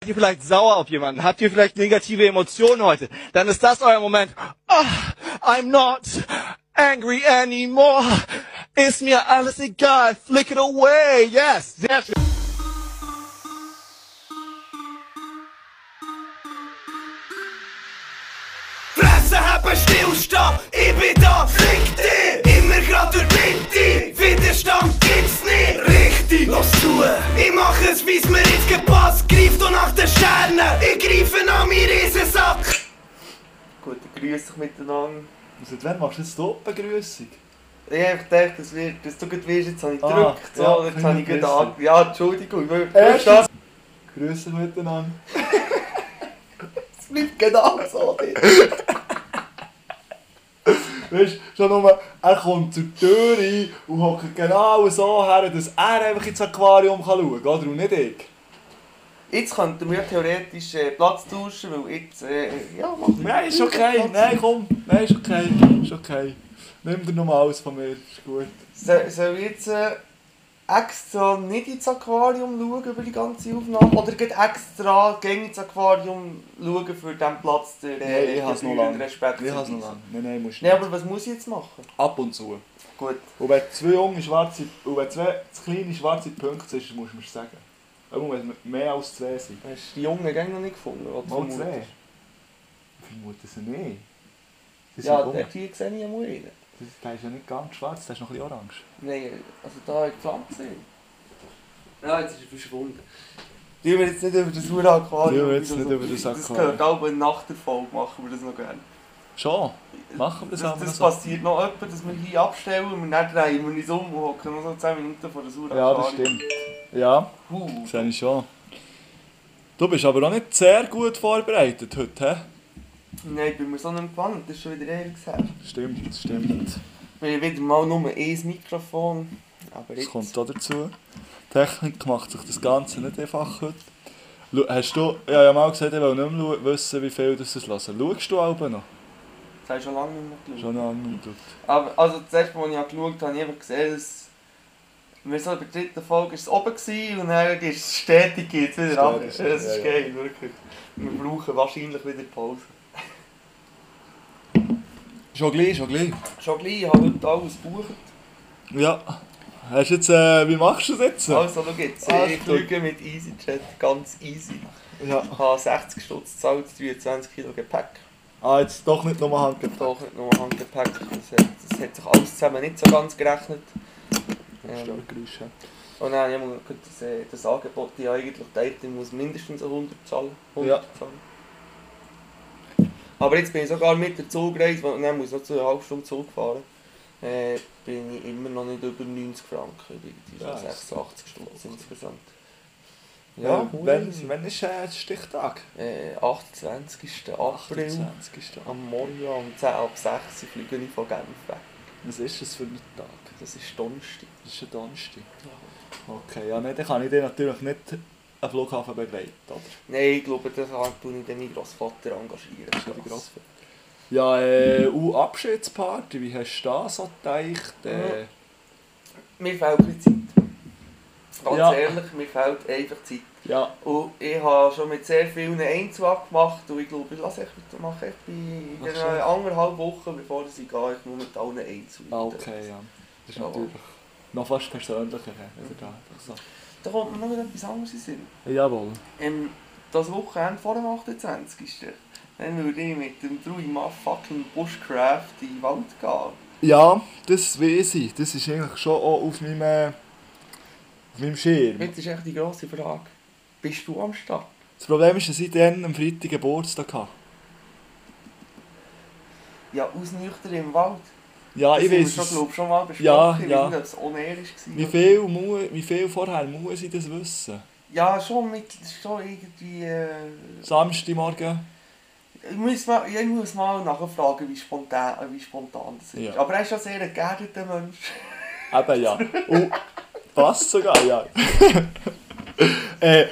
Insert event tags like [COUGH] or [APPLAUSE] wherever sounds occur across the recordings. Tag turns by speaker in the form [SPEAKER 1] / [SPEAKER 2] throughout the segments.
[SPEAKER 1] Seid ihr vielleicht sauer auf jemanden? Habt ihr vielleicht negative Emotionen heute? Dann ist das euer Moment. Oh, I'm not angry anymore. Ist mir alles egal. Flick it away. Yes. Sehr schön.
[SPEAKER 2] Fresse haben, Stillstand, ich bin da, fick dich! Immer grad durch die Mitte, Widerstand gibt's nicht! Richtig, los zu! Ich mach es, wie's mir jetzt gepasst, greif doch nach den Sternen! Ich greife an meinen Riesensack!
[SPEAKER 3] Gut, grüß dich miteinander.
[SPEAKER 4] Seit wann machst du jetzt die Begrüßung?
[SPEAKER 3] Ich hab gedacht, dass, wir, dass du gut weißt, jetzt habe ich
[SPEAKER 4] Ah,
[SPEAKER 3] gedrückt. so,
[SPEAKER 4] ja,
[SPEAKER 3] jetzt habe ich
[SPEAKER 4] grüß
[SPEAKER 3] gut ange... Ja, Entschuldigung, wir
[SPEAKER 4] Erstens-
[SPEAKER 3] das
[SPEAKER 4] Grüß dich [LAUGHS] miteinander.
[SPEAKER 3] bleibt genau so.
[SPEAKER 4] Weißt du, schon nur, er kommt zur Tür rein und hockt genau so her, dass er einfach ins Aquarium kann schauen kann, oder? Und nicht ich.
[SPEAKER 3] Jetzt könnten wir theoretisch äh, Platz tauschen, weil jetzt... Äh, ja, mach
[SPEAKER 4] Nein, ist okay. Nein, komm. Nein, ist okay. Ist okay. Nimm dir nochmal alles von mir. Ist gut.
[SPEAKER 3] So, soll ich jetzt äh, extra nicht ins Aquarium schauen über die ganze Aufnahme? Oder geht extra gegen ins Aquarium schauen, für diesen Platz der äh,
[SPEAKER 4] Nein, ich habe es noch lange. Ich
[SPEAKER 3] Respekt
[SPEAKER 4] habe es noch lange. Nein, nein, musst du
[SPEAKER 3] Nein,
[SPEAKER 4] nicht.
[SPEAKER 3] aber was muss ich jetzt machen?
[SPEAKER 4] Ab und zu.
[SPEAKER 3] Gut.
[SPEAKER 4] Und wenn zwei junge schwarze, und wenn zwei zu kleine schwarze Punkte sind, musst du mir sagen. Aber wenn es mehr als zwei sind.
[SPEAKER 3] Hast du die Jungen gegen noch nicht gefunden? Oder
[SPEAKER 4] Mal
[SPEAKER 3] vermutest?
[SPEAKER 4] zwei? Ich vermute sie nicht. Die sind
[SPEAKER 3] Ja,
[SPEAKER 4] um.
[SPEAKER 3] der Tier sehe ich ja mal einen.
[SPEAKER 4] Das, der ist ja nicht ganz schwarz, der ist noch ein bisschen orange.
[SPEAKER 3] Nein, also da habe ich die Pflanze. Ja, jetzt ist er verschwunden. Tun wir jetzt nicht über das Aquarium.
[SPEAKER 4] Tun wir jetzt nicht über das
[SPEAKER 3] Das
[SPEAKER 4] Aquarium.
[SPEAKER 3] gehört auch nach der Folge, machen wir das noch gerne.
[SPEAKER 4] Schon? Machen wir das,
[SPEAKER 3] Das,
[SPEAKER 4] aber
[SPEAKER 3] das
[SPEAKER 4] noch so.
[SPEAKER 3] passiert noch öfter, dass wir hier abstellen und dann drehen wir uns um und hocken noch so 10 Minuten vor der Sura.
[SPEAKER 4] Ja, das stimmt. Ja,
[SPEAKER 3] Huh.
[SPEAKER 4] das habe ich schon. Du bist aber auch nicht sehr gut vorbereitet heute, hä?
[SPEAKER 3] Nein, ich bin mir so nicht gewandt, das ist schon wieder ehrlich gesagt.
[SPEAKER 4] Stimmt, das stimmt.
[SPEAKER 3] Wir haben wieder mal nur ein Mikrofon. Aber
[SPEAKER 4] Das
[SPEAKER 3] jetzt...
[SPEAKER 4] kommt auch dazu. Die Technik macht sich das Ganze nicht einfach heute. Lu- Hast du, ich habe ja mal gesagt, ich will nicht mehr lu- wissen, wie viel das es lassen. Schaust du Alben noch?
[SPEAKER 3] Das habe ich schon lange nicht mehr geschaut.
[SPEAKER 4] Schon angeschaut.
[SPEAKER 3] Aber also das erste Mal, als ich habe geschaut habe, habe ich einfach gesehen, dass... Wir so bei der dritten Folge war es oben gewesen und dann ist es stetig jetzt wieder ab. Das
[SPEAKER 4] Stetig,
[SPEAKER 3] ist
[SPEAKER 4] ja, ja.
[SPEAKER 3] geil, wirklich. Wir brauchen wahrscheinlich wieder Pause.
[SPEAKER 4] Schon gleich, schon gleich.
[SPEAKER 3] Schon gleich, ich habe heute alles gebucht.
[SPEAKER 4] Ja. Hast jetzt, äh, wie machst du das jetzt?
[SPEAKER 3] Also, schau jetzt, ich
[SPEAKER 4] Also.
[SPEAKER 3] fliege mit EasyJet ganz easy.
[SPEAKER 4] Ja.
[SPEAKER 3] Ich habe 60 Stutz gezahlt, 23 Kilo Gepäck.
[SPEAKER 4] Ah, jetzt doch nicht nochmal Handgepäck.
[SPEAKER 3] Doch nicht nur Handgepäck, das hat, das hat sich alles zusammen nicht so ganz gerechnet. Ähm,
[SPEAKER 4] Störgeräusche.
[SPEAKER 3] und dann habe ich mal geguckt, das, äh, das Angebot, die eigentlich teilt, ich muss mindestens 100 zahlen. 100 zahlen. Aber jetzt bin ich sogar mit der Zugreise, weil dann muss ich noch zu einer halben Stunde Zug fahren. Äh, bin ich immer noch nicht über 90 Franken, irgendwie
[SPEAKER 4] Ja,
[SPEAKER 3] ja,
[SPEAKER 4] ist
[SPEAKER 3] 86 Stutz insgesamt.
[SPEAKER 4] Ja,
[SPEAKER 3] hui.
[SPEAKER 4] wenn, wenn ist äh, Stichtag?
[SPEAKER 3] Äh, 28. April.
[SPEAKER 4] 28 ist der.
[SPEAKER 3] Am Morgen um 10 ab 6 Uhr fliege ich von Genf weg.
[SPEAKER 4] Was ist das für ein Tag?
[SPEAKER 3] Das ist Donnerstag.
[SPEAKER 4] Das ist ein Donnerstag. Okay, ja, nein, dann kann ich dir natürlich nicht am Flughafen begleiten, oder?
[SPEAKER 3] Nein, ich glaube, das kann du nicht meinen Grossvater engagieren. Das
[SPEAKER 4] Deinen Grossvater. Ja, äh, uh, Abschiedsparty, wie hast du das so gedacht? Äh,
[SPEAKER 3] Mir fehlt ein bisschen Zeit. Ganz
[SPEAKER 4] Ja.
[SPEAKER 3] ehrlich, mir fehlt einfach Zeit.
[SPEAKER 4] ja,
[SPEAKER 3] Und ich habe schon mit sehr vielen Einzel abgemacht und ich glaube, ich lasse echt mit mache echt bei
[SPEAKER 4] Ach
[SPEAKER 3] in
[SPEAKER 4] so.
[SPEAKER 3] einer anderthalb Wochen, bevor ich gehe, ich nur mit allen Einzel.
[SPEAKER 4] ah, okay, ja. Das ist
[SPEAKER 3] Jawohl.
[SPEAKER 4] natürlich noch fast persönlicher, hä, wenn du da einfach so.
[SPEAKER 3] Da kommt mir noch wieder etwas anderes in den Sinn.
[SPEAKER 4] Jawohl.
[SPEAKER 3] Ähm, das Wochenende vor dem 28. Dann würde ich mit dem Drew Mann fucking Bushcraft in den Wald gehen.
[SPEAKER 4] Ja, das weiß ich. Das ist eigentlich schon auch auf meinem, äh, auf meinem Schirm.
[SPEAKER 3] Jetzt ist echt die grosse Frage. Bist du am Start?
[SPEAKER 4] Das Problem ist, dass ich dann am Freitag Geburtstag hatte.
[SPEAKER 3] Ja, ausnüchtern im Wald.
[SPEAKER 4] Ja, ich
[SPEAKER 3] haben wir
[SPEAKER 4] weiß
[SPEAKER 3] schon,
[SPEAKER 4] es.
[SPEAKER 3] glaub, schon mal besprochen.
[SPEAKER 4] Ja,
[SPEAKER 3] ich
[SPEAKER 4] ja.
[SPEAKER 3] weiß nicht, ob es unehrlich war.
[SPEAKER 4] Wie viel, mu wie viel vorher muss ich das wissen?
[SPEAKER 3] Ja, schon mit... Schon irgendwie... Äh,
[SPEAKER 4] Samstagmorgen?
[SPEAKER 3] ich, muss mal, ja, ich muss mal nachfragen, wie spontan, wie spontan das ist.
[SPEAKER 4] Ja.
[SPEAKER 3] Aber er ist ja sehr ein geerdeter Mensch.
[SPEAKER 4] Eben ja. Und passt sogar, ja. [LAUGHS] äh,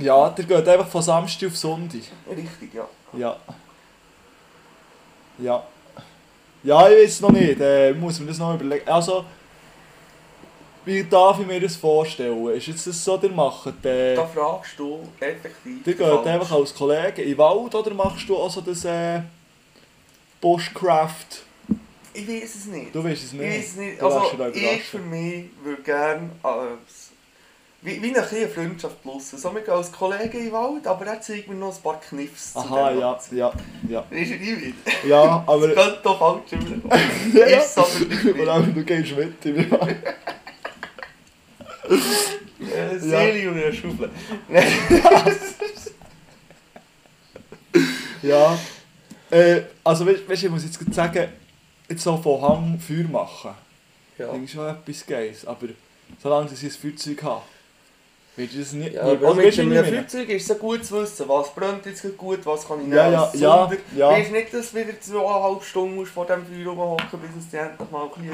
[SPEAKER 4] ja, der geht einfach von Samstag auf Sonntag.
[SPEAKER 3] [LAUGHS] Richtig, ja.
[SPEAKER 4] Ja. Ja. Ja, ich weiß noch nicht. Äh, muss mir das noch überlegen. Also, Wie darf ich mir das vorstellen? Ist jetzt das so, ihr macht äh,
[SPEAKER 3] Da fragst du effektiv.
[SPEAKER 4] Ihr geht
[SPEAKER 3] falsch.
[SPEAKER 4] einfach als Kollege in den Wald oder machst du auch so das äh, Bushcraft?
[SPEAKER 3] Ich weiß es nicht.
[SPEAKER 4] Du weißt es nicht.
[SPEAKER 3] Ich weiß es nicht.
[SPEAKER 4] Du lässt dich
[SPEAKER 3] Also,
[SPEAKER 4] da
[SPEAKER 3] ich für
[SPEAKER 4] überraschen.
[SPEAKER 3] mich würde gerne als. Wie, wie eine kleine Freundschaft plus. So, wir gehen als Kollegen in den Wald, aber er zeigt mir noch ein paar Kniffs. zu
[SPEAKER 4] Aha,
[SPEAKER 3] dem
[SPEAKER 4] ja,
[SPEAKER 3] Ganzen.
[SPEAKER 4] ja, ja.
[SPEAKER 3] Ist er nicht
[SPEAKER 4] Ja, aber.
[SPEAKER 3] Das könnte doch falsch [LAUGHS] rüberkommen.
[SPEAKER 4] [LAUGHS] Ja, ja.
[SPEAKER 3] Ist es aber [LAUGHS] nicht
[SPEAKER 4] Und
[SPEAKER 3] weit.
[SPEAKER 4] auch, du gehst mit im Wald.
[SPEAKER 3] Äh, Seele und eine Schaufel. Nein.
[SPEAKER 4] Ja. Äh, also, weißt du, ich muss jetzt gerade sagen, jetzt so von Hang Feuer machen.
[SPEAKER 3] Ja.
[SPEAKER 4] Das ist schon etwas Geiles. Aber solange sie ein Feuerzeug haben, wird das nicht.
[SPEAKER 3] Ja,
[SPEAKER 4] also,
[SPEAKER 3] aber mit
[SPEAKER 4] weißt du, wie ich
[SPEAKER 3] einem
[SPEAKER 4] meine?
[SPEAKER 3] Flugzeug ist es ja gut zu wissen, was brennt jetzt gerade gut, was kann ich
[SPEAKER 4] Ja,
[SPEAKER 3] nehmen
[SPEAKER 4] ja,
[SPEAKER 3] als
[SPEAKER 4] ja,
[SPEAKER 3] Sonder.
[SPEAKER 4] ja.
[SPEAKER 3] Weisst nicht, dass du wieder zweieinhalb Stunden musst vor dem Feuer rumhocken bis es dir endlich mal glüht.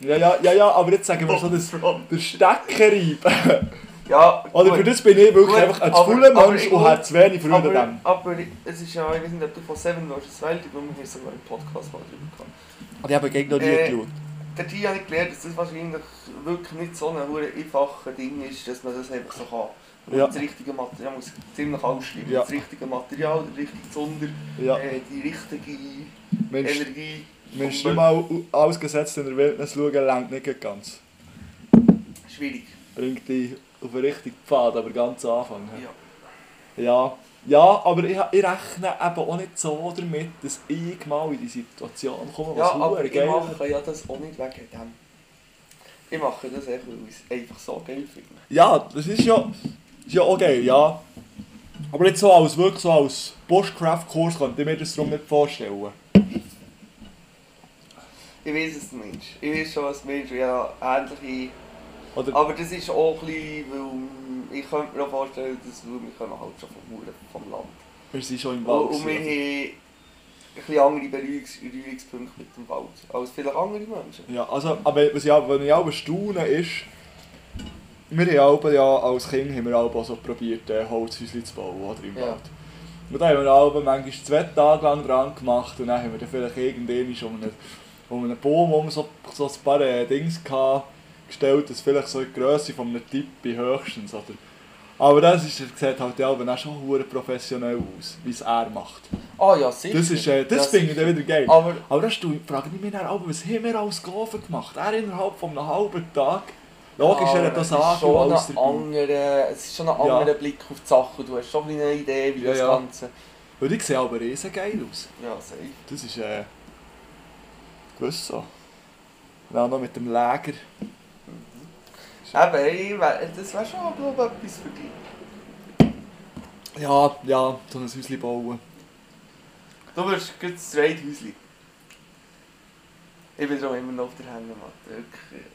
[SPEAKER 4] ja, ja, ja, ja, aber jetzt sagen wir so, das,
[SPEAKER 3] Front.
[SPEAKER 4] der Steckerreib.
[SPEAKER 3] Also Ja,
[SPEAKER 4] Oder
[SPEAKER 3] gut.
[SPEAKER 4] für das bin ich wirklich
[SPEAKER 3] Gut,
[SPEAKER 4] einfach ein zu
[SPEAKER 3] aber-
[SPEAKER 4] fauler
[SPEAKER 3] aber
[SPEAKER 4] Mensch
[SPEAKER 3] ich-
[SPEAKER 4] und habe zu wenig Freude an
[SPEAKER 3] aber,
[SPEAKER 4] dem.
[SPEAKER 3] aber es ist ja, ich weiß nicht, ob du von Seven vs. Wild, ich glaube, wir haben sogar im Podcast mal drüber gehabt.
[SPEAKER 4] Aber ich habe gegen noch nie
[SPEAKER 3] Äh,
[SPEAKER 4] geschaut.
[SPEAKER 3] Der Tier habe ich gelernt, dass das wahrscheinlich wirklich nicht so ein hure einfaches Ding ist, dass man das einfach so kann. Man
[SPEAKER 4] Ja.
[SPEAKER 3] muss das richtige Material muss ziemlich ausschreiben.
[SPEAKER 4] Ja.
[SPEAKER 3] Das richtige Material, der richtige Zunder,
[SPEAKER 4] Ja.
[SPEAKER 3] äh, die richtige
[SPEAKER 4] Mensch,
[SPEAKER 3] Energie.
[SPEAKER 4] Mensch,
[SPEAKER 3] Und-
[SPEAKER 4] du mal ausgesetzt in der Wildnis schauen, längt nicht ganz.
[SPEAKER 3] Schwierig.
[SPEAKER 4] Bringt dich auf den richtigen Pfad, aber ganz am Anfang.
[SPEAKER 3] Ja.
[SPEAKER 4] Ja, ja aber ich, ich rechne eben auch nicht so damit, dass ich mal in die Situation komme,
[SPEAKER 3] Ja,
[SPEAKER 4] was
[SPEAKER 3] aber
[SPEAKER 4] verdammt
[SPEAKER 3] ich mache ja das auch nicht wegen dem. Ich mache das einfach, weil ich es einfach so geil finde.
[SPEAKER 4] Ja, das ist ja, ist ja auch geil, ja. Aber nicht so als, wirklich so als Bushcraft-Kurs könnte ich mir das darum nicht vorstellen.
[SPEAKER 3] Ich weiß es nicht. Ich weiß schon, als Mensch, ja, ähnliche.
[SPEAKER 4] Oder,
[SPEAKER 3] Aber das ist auch ein bisschen, weil ich könnte mir auch vorstellen, dass wir, wir kommen halt schon vom, Huren- vom Land.
[SPEAKER 4] wir sind schon im
[SPEAKER 3] Und,
[SPEAKER 4] Wald.
[SPEAKER 3] und wir haben um ein
[SPEAKER 4] gewesen, also
[SPEAKER 3] bisschen andere Berührungs Berührungspunkte mit dem Wald als vielleicht andere Menschen.
[SPEAKER 4] oder? Ja, also, aber was ich, auch- was ich auch staune ist, wir haben auch, ja, als Kind haben wir auch so probiert, äh, Holzhäuschen zu bauen, oder im
[SPEAKER 3] Ja.
[SPEAKER 4] Wald. Und da haben wir auch manchmal zwei Tage lang dran gemacht und dann haben wir dann vielleicht irgendwann um einen, um einen Baum um so, so ein paar äh, Dings gehabt, gestellt, dass vielleicht so die Grösse von einem Tippi höchstens, oder? Aber das ist, sieht halt ja auch schon hure professionell aus, wie es er macht.
[SPEAKER 3] Ah ja, sicher.
[SPEAKER 4] Das, ist, äh, das
[SPEAKER 3] Ja,
[SPEAKER 4] finde ich dann wieder geil.
[SPEAKER 3] Aber-
[SPEAKER 4] Aber das du, frage ich mich dann auch, was haben wir als Golfen gemacht? Er innerhalb von einem halben Tag. Logisch, er hat Ah, das
[SPEAKER 3] Ah, ist schon
[SPEAKER 4] angefangen als
[SPEAKER 3] ein
[SPEAKER 4] der Bub.
[SPEAKER 3] anderer, Es ist schon ein anderer Blick auf die Sache. Du hast schon ein bisschen eine Idee, wie
[SPEAKER 4] Ja,
[SPEAKER 3] das
[SPEAKER 4] ja.
[SPEAKER 3] Ganze.
[SPEAKER 4] Und ich sehe aber riesen geil aus.
[SPEAKER 3] Ja, safe.
[SPEAKER 4] Das ist, äh... Gewiss so. Und auch noch mit dem Lager.
[SPEAKER 3] Eben, ich wär- das wäre schon, glaube ich, etwas für dich.
[SPEAKER 4] Ja, ja, so ein Häuschen bauen.
[SPEAKER 3] Du wirst gut straight Häusli. Ich bin schon immer noch auf der Hängematte. Wirklich.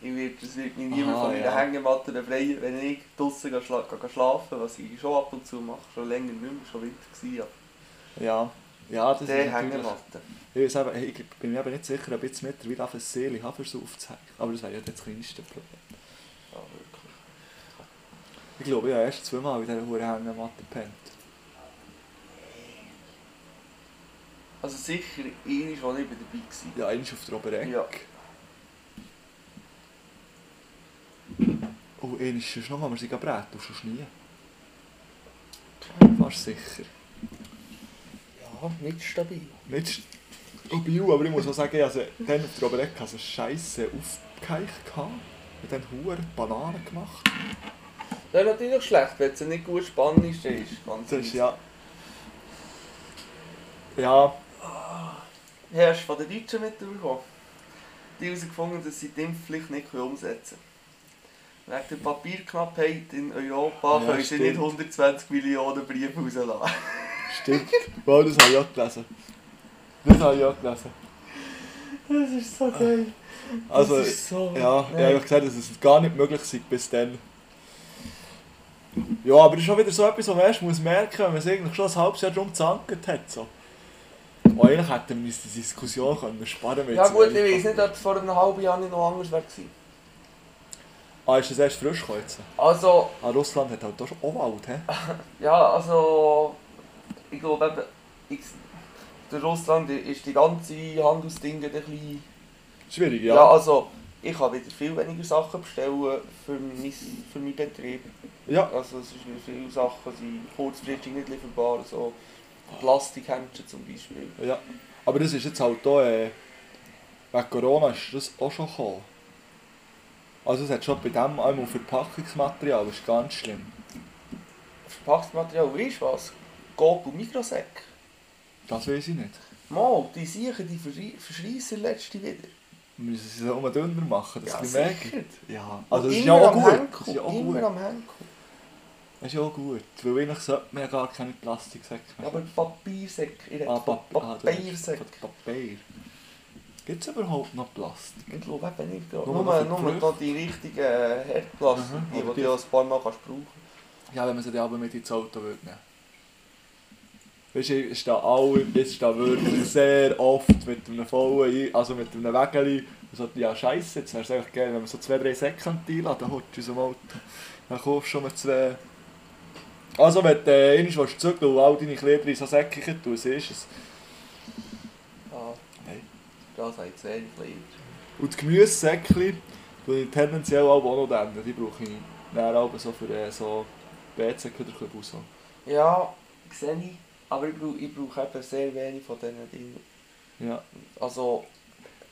[SPEAKER 3] Ich wird, es wird mich niemand
[SPEAKER 4] Aha,
[SPEAKER 3] von meiner
[SPEAKER 4] ja.
[SPEAKER 3] Hängematte befreien, wenn ich draußen gehe schla gehe schlafen, was ich schon ab und zu mache, schon länger nicht mehr, schon Winter gewesen, aber
[SPEAKER 4] Ja. Ja, das
[SPEAKER 3] der
[SPEAKER 4] ist natürlich...
[SPEAKER 3] Hängematte.
[SPEAKER 4] Ich, weiß eben, ich bin mir eben nicht sicher, ob jetzt mittlerweile auf eine Seele habe, so aufzuhängen. Aber das wäre ja das kleinste Problem.
[SPEAKER 3] Ja, wirklich.
[SPEAKER 4] Ich glaube, ich habe erst zweimal in dieser verdammten Hängematte gepennt.
[SPEAKER 3] Also sicher, ich war nicht dabei. Gewesen.
[SPEAKER 4] Ja, eins auf der oberen
[SPEAKER 3] Ja.
[SPEAKER 4] Ecke. Oh, eins ist noch, wir sind gebrannt, du sonst nie. Fast sicher.
[SPEAKER 3] Ja, nicht stabil.
[SPEAKER 4] Nicht st- stabil, aber ich muss auch sagen, also, dann auf der oberen Ecke hatte ich scheisse aufgeheicht. gehabt. Und dann hure Bananen gemacht.
[SPEAKER 3] Das ist natürlich schlecht, wenn es nicht gut spannend ist. Ganz
[SPEAKER 4] Das
[SPEAKER 3] ehrlich.
[SPEAKER 4] ist ja... Ja,
[SPEAKER 3] Hast du von den Deutschen mitbekommen? Die herausgefunden, dass sie die Impfpflicht nicht umsetzen können. Wegen der Papierknappheit in Europa
[SPEAKER 4] Ja,
[SPEAKER 3] können sie nicht
[SPEAKER 4] stimmt.
[SPEAKER 3] 120 Millionen Briefe rauslassen.
[SPEAKER 4] stimmt. Wow, das habe ich auch gelesen. Das habe ich auch gelesen.
[SPEAKER 3] Das ist so geil.
[SPEAKER 4] Also,
[SPEAKER 3] das ist so...
[SPEAKER 4] Ja, ich
[SPEAKER 3] Nein.
[SPEAKER 4] habe einfach gesagt, dass es gar nicht möglich sei bis dann. Ja, aber das ist schon wieder so etwas, was man erst muss merken, wenn man es eigentlich schon ein halbes Jahr drum gezankt hat. So. Und eigentlich hätten wir uns die Diskussion können sparen können.
[SPEAKER 3] Ja gut, ich weiß nicht, ob es vor einem halben Jahr nicht noch anders wäre. gewesen.
[SPEAKER 4] Ah, ist das erst frisch gekommen jetzt?
[SPEAKER 3] Also,
[SPEAKER 4] Ah, Russland hat halt auch schon Wald, hä?
[SPEAKER 3] ja, also... Ich glaube eben... Ich, durch Russland ist die ganze Handelsdinge ein bisschen...
[SPEAKER 4] Schwierig,
[SPEAKER 3] Ja,
[SPEAKER 4] ja.
[SPEAKER 3] also, ich kann wieder viel weniger Sachen bestellen für, mein, für meinen Betrieb.
[SPEAKER 4] Ja,
[SPEAKER 3] Also es sind viele Sachen, sind kurzfristig nicht lieferbar, so Plastikhändchen zum Beispiel.
[SPEAKER 4] ja. Aber das ist jetzt halt auch, äh, wegen Corona ist das auch schon gekommen. Also es hat schon bei dem einmal Verpackungsmaterial, das ist ganz schlimm.
[SPEAKER 3] Verpackungsmaterial, weißt du was? Coop und Mikrosäck.
[SPEAKER 4] Das weiß ich nicht.
[SPEAKER 3] Mal, die Siechen, die verschrei- verschreissen letzte wieder.
[SPEAKER 4] Wir müssen sie auch mal dünner machen, dass
[SPEAKER 3] Ja,
[SPEAKER 4] sie merken.
[SPEAKER 3] sicher.
[SPEAKER 4] Ja, also
[SPEAKER 3] Und
[SPEAKER 4] das ist ja
[SPEAKER 3] immer
[SPEAKER 4] auch
[SPEAKER 3] am
[SPEAKER 4] gut.
[SPEAKER 3] Henkel,
[SPEAKER 4] Das ist ja auch
[SPEAKER 3] immer
[SPEAKER 4] gut.
[SPEAKER 3] am Henkel.
[SPEAKER 4] Das ist ja auch gut. Weil eigentlich sollte man ja gar keine Plastiksäcke mehr.
[SPEAKER 3] Aber Papiersäck, ich rede
[SPEAKER 4] ah,
[SPEAKER 3] von
[SPEAKER 4] Pap ah, du redest
[SPEAKER 3] Papiersäck.
[SPEAKER 4] von Papier. Gibt es überhaupt noch Plastik?
[SPEAKER 3] Ich glaube eben nicht. Nur,
[SPEAKER 4] Nur
[SPEAKER 3] nur,
[SPEAKER 4] noch für
[SPEAKER 3] nur
[SPEAKER 4] Prüf.
[SPEAKER 3] da die richtigen äh, Herdplastik,
[SPEAKER 4] Mhm,
[SPEAKER 3] die,
[SPEAKER 4] aber
[SPEAKER 3] die
[SPEAKER 4] die-
[SPEAKER 3] du auch ein paar Mal kannst brauchen
[SPEAKER 4] Ja, wenn man sie dann aber mit ins Auto würde nehmen Weißt du, ist da alle, ist da wirklich sehr oft mit einem vollen, Ein- also mit einem Wägeli. Und so, ja, scheiße, jetzt wäre es eigentlich geil, wenn man so zwei, drei Säcke einladen könnte, holst du aus dem Auto. Dann kaufst du schon mal zwei. Also, wenn du äh, einmal willst zügeln und all deine Kleider in so Säcke tust, ist es.
[SPEAKER 3] Ah,
[SPEAKER 4] Nein.
[SPEAKER 3] das hat sehr wenig
[SPEAKER 4] Und die Gemüsesäckchen, die ich tendenziell auch noch ändern. Die brauche ich dann auch so für äh, so BZ oder raus.
[SPEAKER 3] Ja, sehe ich. Aber ich brauche, ich brauche eben sehr wenig von diesen Dingen.
[SPEAKER 4] Ja,
[SPEAKER 3] Also,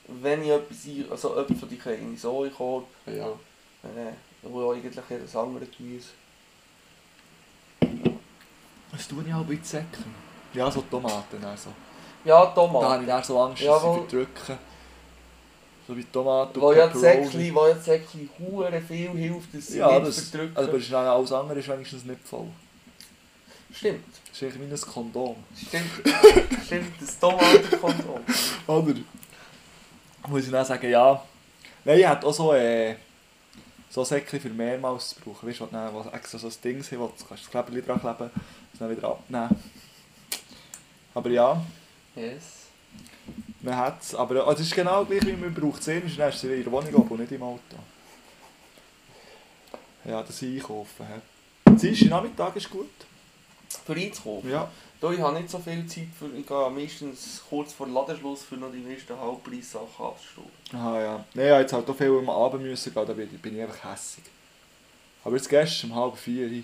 [SPEAKER 3] wenn ich etwas, ein- also etwas von die kleinen so ich habe,
[SPEAKER 4] ja.
[SPEAKER 3] äh, wo eigentlich jedes andere Gemüse.
[SPEAKER 4] Was tue ich auch bei den Säcken? Ja, so Tomaten. Also.
[SPEAKER 3] Ja,
[SPEAKER 4] Da habe
[SPEAKER 3] Tomaten.
[SPEAKER 4] ich dann so Angst, dass sie
[SPEAKER 3] Jawohl.
[SPEAKER 4] verdrücken. So wie Tomaten
[SPEAKER 3] Wo ja die
[SPEAKER 4] Pepperoni.
[SPEAKER 3] Säckchen, wo ja die Säckchen hure viel hilft, dass sie
[SPEAKER 4] Ja,
[SPEAKER 3] nicht
[SPEAKER 4] das,
[SPEAKER 3] verdrücken.
[SPEAKER 4] also, aber ist dann alles andere ist wenigstens nicht voll.
[SPEAKER 3] Stimmt.
[SPEAKER 4] Das ist eigentlich wie ein Kondom.
[SPEAKER 3] Stimmt. [LAUGHS] Stimmt, das Tomatenkondom.
[SPEAKER 4] Oder? Muss ich dann sagen, ja. Nein, ich hätte auch so, äh, so Säckchen für mehrmals zu brauchen. Weißt du, wo du dann- wo extra so ein Ding sind, wo du kannst das Kleberli dran kleben und dann wieder abnehmen. Aber ja,
[SPEAKER 3] Yes.
[SPEAKER 4] man hat es. Aber also, es ist genau gleich, wie man braucht es einmal, dann ist es in der Wohnung oben und nicht im Auto. Ja, das Einkaufen. hä? Dienstag Nachmittag ist gut.
[SPEAKER 3] Für einzukaufen.
[SPEAKER 4] Ja.
[SPEAKER 3] Da ich habe nicht so viel Zeit, für, ich gehe meistens kurz vor Ladenschluss für noch die meisten Halbpreissachen abzustauben.
[SPEAKER 4] Aha, ja. Nein, ja, jetzt halt auch viel am Abend müssen gehen, da bin ich, bin ich einfach hässig. Aber jetzt gestern um halb vier Uhr,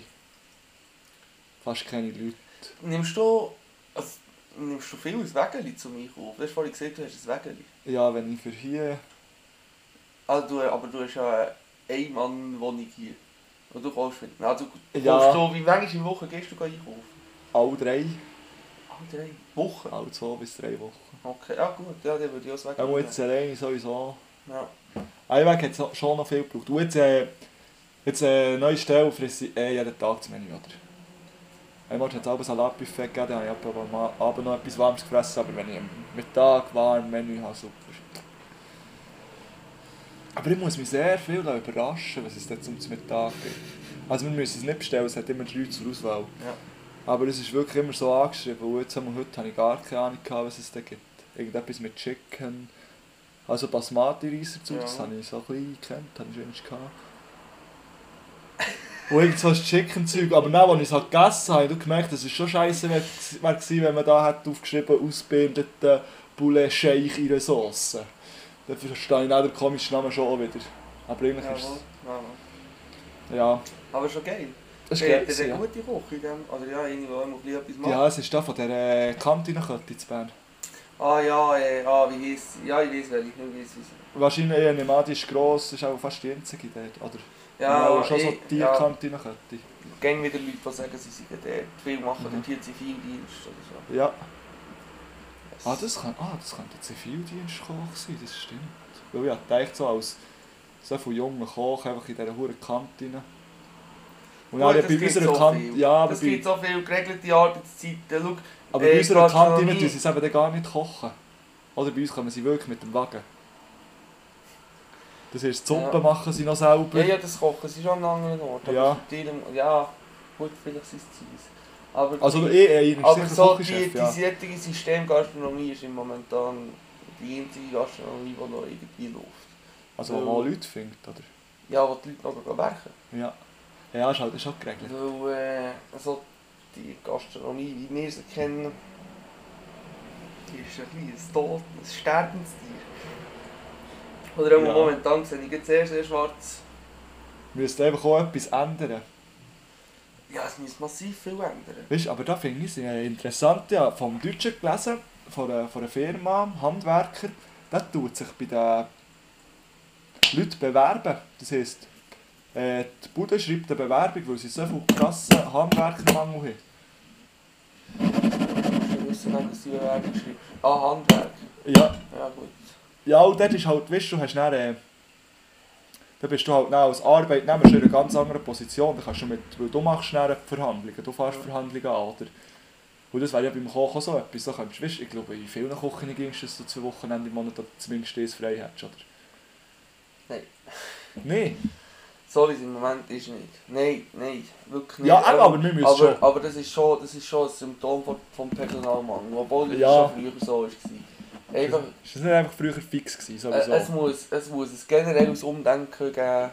[SPEAKER 4] fast keine Leute.
[SPEAKER 3] Nimmst du, also, nimmst du viel aus Wägeli zum Einkaufen? Du hast vorhin gesagt, du hast ein Wägeli.
[SPEAKER 4] Ja, wenn ich für hier...
[SPEAKER 3] Also, du, aber du hast ja eine Ein-Mann-Wohnung hier. Und du kaufst mit. Also, du
[SPEAKER 4] Ja.
[SPEAKER 3] kaufst du, wie lange in der Woche gehst du einkaufen?
[SPEAKER 4] Alle drei,
[SPEAKER 3] Ah, drei Wochen?
[SPEAKER 4] alle zwei bis drei Wochen.
[SPEAKER 3] Okay, ja gut, ja, dann würde ich auch das
[SPEAKER 4] Er
[SPEAKER 3] Wägeli
[SPEAKER 4] muss jetzt alleine sowieso.
[SPEAKER 3] nehmen. Ja.
[SPEAKER 4] Einweg hat es schon noch viel gebraucht. Und jetzt, äh, jetzt äh, neue Stelle fresse ich eh jeden Tag das Menü, oder? Einmal hat es auch ein Salatbuffet gegeben, dann habe ich aber am Abend noch etwas Warmes gefressen, aber wenn ich am Mittag warm Menü habe, super. Aber ich muss mich sehr viel überraschen, was es dann zum Mittag gibt. Also wir müssen es nicht bestellen, es hat immer drei zur Auswahl.
[SPEAKER 3] Ja.
[SPEAKER 4] Aber es ist wirklich immer so angeschrieben. Und jetzt haben wir heute habe ich gar keine Ahnung, gehabt, was es da gibt. Irgendetwas mit Chicken. Also Basmati-Reis dazu,
[SPEAKER 3] Ja.
[SPEAKER 4] das habe ich so ein bisschen gekannt, habe ich wenigstens gehabt. Und irgend so ein Chicken-Zeug. Aber dann, als ich es halt gegessen habe, habe ich gemerkt, dass es schon scheiße wäre, wär gewesen, wenn man da hätte aufgeschrieben ausgebildeten Poulet Scheich in einer Sauce. Dann verstehe ich dann den komischen Namen schon auch wieder. Aber eigentlich ist
[SPEAKER 3] Jawohl.
[SPEAKER 4] es...
[SPEAKER 3] Jawohl.
[SPEAKER 4] Ja,
[SPEAKER 3] Aber schon geil.
[SPEAKER 4] das ist
[SPEAKER 3] Hey, hat
[SPEAKER 4] geil.
[SPEAKER 3] er
[SPEAKER 4] gewesen,
[SPEAKER 3] eine
[SPEAKER 4] Ja.
[SPEAKER 3] gute Koche in dem? Oder ja, eine, die immer ein bisschen etwas macht?
[SPEAKER 4] ja, es ist da von der äh, Kantine-Kette in Bern.
[SPEAKER 3] Ah ja, äh, ah, wie heisst sie? Ja, ich weiß welche, ich weiß wie sie.
[SPEAKER 4] Wahrscheinlich eher nicht mal, die ist gross, ist auch fast die einzige dort, oder?
[SPEAKER 3] Ja,
[SPEAKER 4] aber schon so
[SPEAKER 3] ich-
[SPEAKER 4] die
[SPEAKER 3] ja.
[SPEAKER 4] Kantinenkette.
[SPEAKER 3] Gehen wieder Leute, die sagen, sie seien dort. Viel machen,
[SPEAKER 4] Mhm.
[SPEAKER 3] dort hier Zivildienst oder so.
[SPEAKER 4] Ja.
[SPEAKER 3] Yes.
[SPEAKER 4] Ah, das kann, ah, das könnte ein Zivildienstkoch sein, das stimmt. Weil ich hab gedacht, so als so von jungen Koch einfach in dieser hohen Kantine. Und
[SPEAKER 3] Gut,
[SPEAKER 4] dann
[SPEAKER 3] das
[SPEAKER 4] bei
[SPEAKER 3] gibt
[SPEAKER 4] unserer
[SPEAKER 3] so
[SPEAKER 4] Kantine.
[SPEAKER 3] viel.
[SPEAKER 4] Ja, aber
[SPEAKER 3] das
[SPEAKER 4] bei,
[SPEAKER 3] gibt so viele geregelte Arbeitszeiten. Schau,
[SPEAKER 4] aber
[SPEAKER 3] äh,
[SPEAKER 4] bei unserer
[SPEAKER 3] Gastronomie-
[SPEAKER 4] Kantine tun sie es eben dann gar nicht kochen. Oder bei uns kommen sie wirklich mit dem Wagen. Das heißt, die Suppe
[SPEAKER 3] Ja.
[SPEAKER 4] machen sie noch selber.
[SPEAKER 3] ja, ja, das Kochen ist schon an einem anderen Ort. aber
[SPEAKER 4] Ja.
[SPEAKER 3] bei jedem- ja, gut, vielleicht sind es Zeus. Aber,
[SPEAKER 4] Also ich, ich, ich
[SPEAKER 3] aber
[SPEAKER 4] bin sicher
[SPEAKER 3] so die,
[SPEAKER 4] Küchenchef,
[SPEAKER 3] die
[SPEAKER 4] ja.
[SPEAKER 3] jetzige Systemgastronomie ist im momentan die einzige Gastronomie, die noch irgendwie läuft.
[SPEAKER 4] Also wo man Leute findet, oder?
[SPEAKER 3] Ja, wo die Leute noch arbeiten. gehen.
[SPEAKER 4] Ja. Ja, ist halt ist auch geregelt.
[SPEAKER 3] Weil äh, also die Gastronomie, wie wir sie kennen, die ist ein bisschen ein, Tod, ein Sterbenstier. Oder auch
[SPEAKER 4] Ja.
[SPEAKER 3] momentan sehe ich jetzt sehr, sehr schwarz.
[SPEAKER 4] Müsste einfach auch etwas ändern.
[SPEAKER 3] Ja, es muss massiv viel ändern.
[SPEAKER 4] Weißt, aber da finde ich es äh, interessant, ja, vom Deutschen gelesen, von einer, von einer Firma, Handwerker, der tut sich bei den Leuten bewerben. Das heisst, äh, die Bude schreibt eine Bewerbung, weil sie so viel krassen Handwerkermangel haben.
[SPEAKER 3] Ich wusste nicht, dass die Bewerbung schreibt. Ah, Handwerk.
[SPEAKER 4] Ja,
[SPEAKER 3] Ja, gut.
[SPEAKER 4] ja und dort ist halt, weißt du, du hast dann, äh, da bist du halt dann als Arbeitnehmer schon in einer ganz anderen Position. Da kannst du mit, weil du machst dann Verhandlungen, du fährst Verhandlungen an, oder? Und das wäre ja beim Kochen auch so etwas. Da könntest, weißt, ich glaube, in vielen Kochen gingst dass du zwei Wochenende im Monat oder zumindest eins frei hättest, oder?
[SPEAKER 3] Nein. [LAUGHS]
[SPEAKER 4] Nein.
[SPEAKER 3] So wie es im Moment ist nicht. Nein, nein, wirklich nicht.
[SPEAKER 4] Ja, eben, aber wir müssen
[SPEAKER 3] aber,
[SPEAKER 4] schon.
[SPEAKER 3] Aber das ist schon, das ist schon ein Symptom von, vom Personalmangel, obwohl das
[SPEAKER 4] Ja.
[SPEAKER 3] schon früher so war.
[SPEAKER 4] Ist
[SPEAKER 3] Einfach,
[SPEAKER 4] das nicht einfach früher fix gewesen,
[SPEAKER 3] äh,
[SPEAKER 4] sowieso?
[SPEAKER 3] es, muss, es muss ein generelles Umdenken geben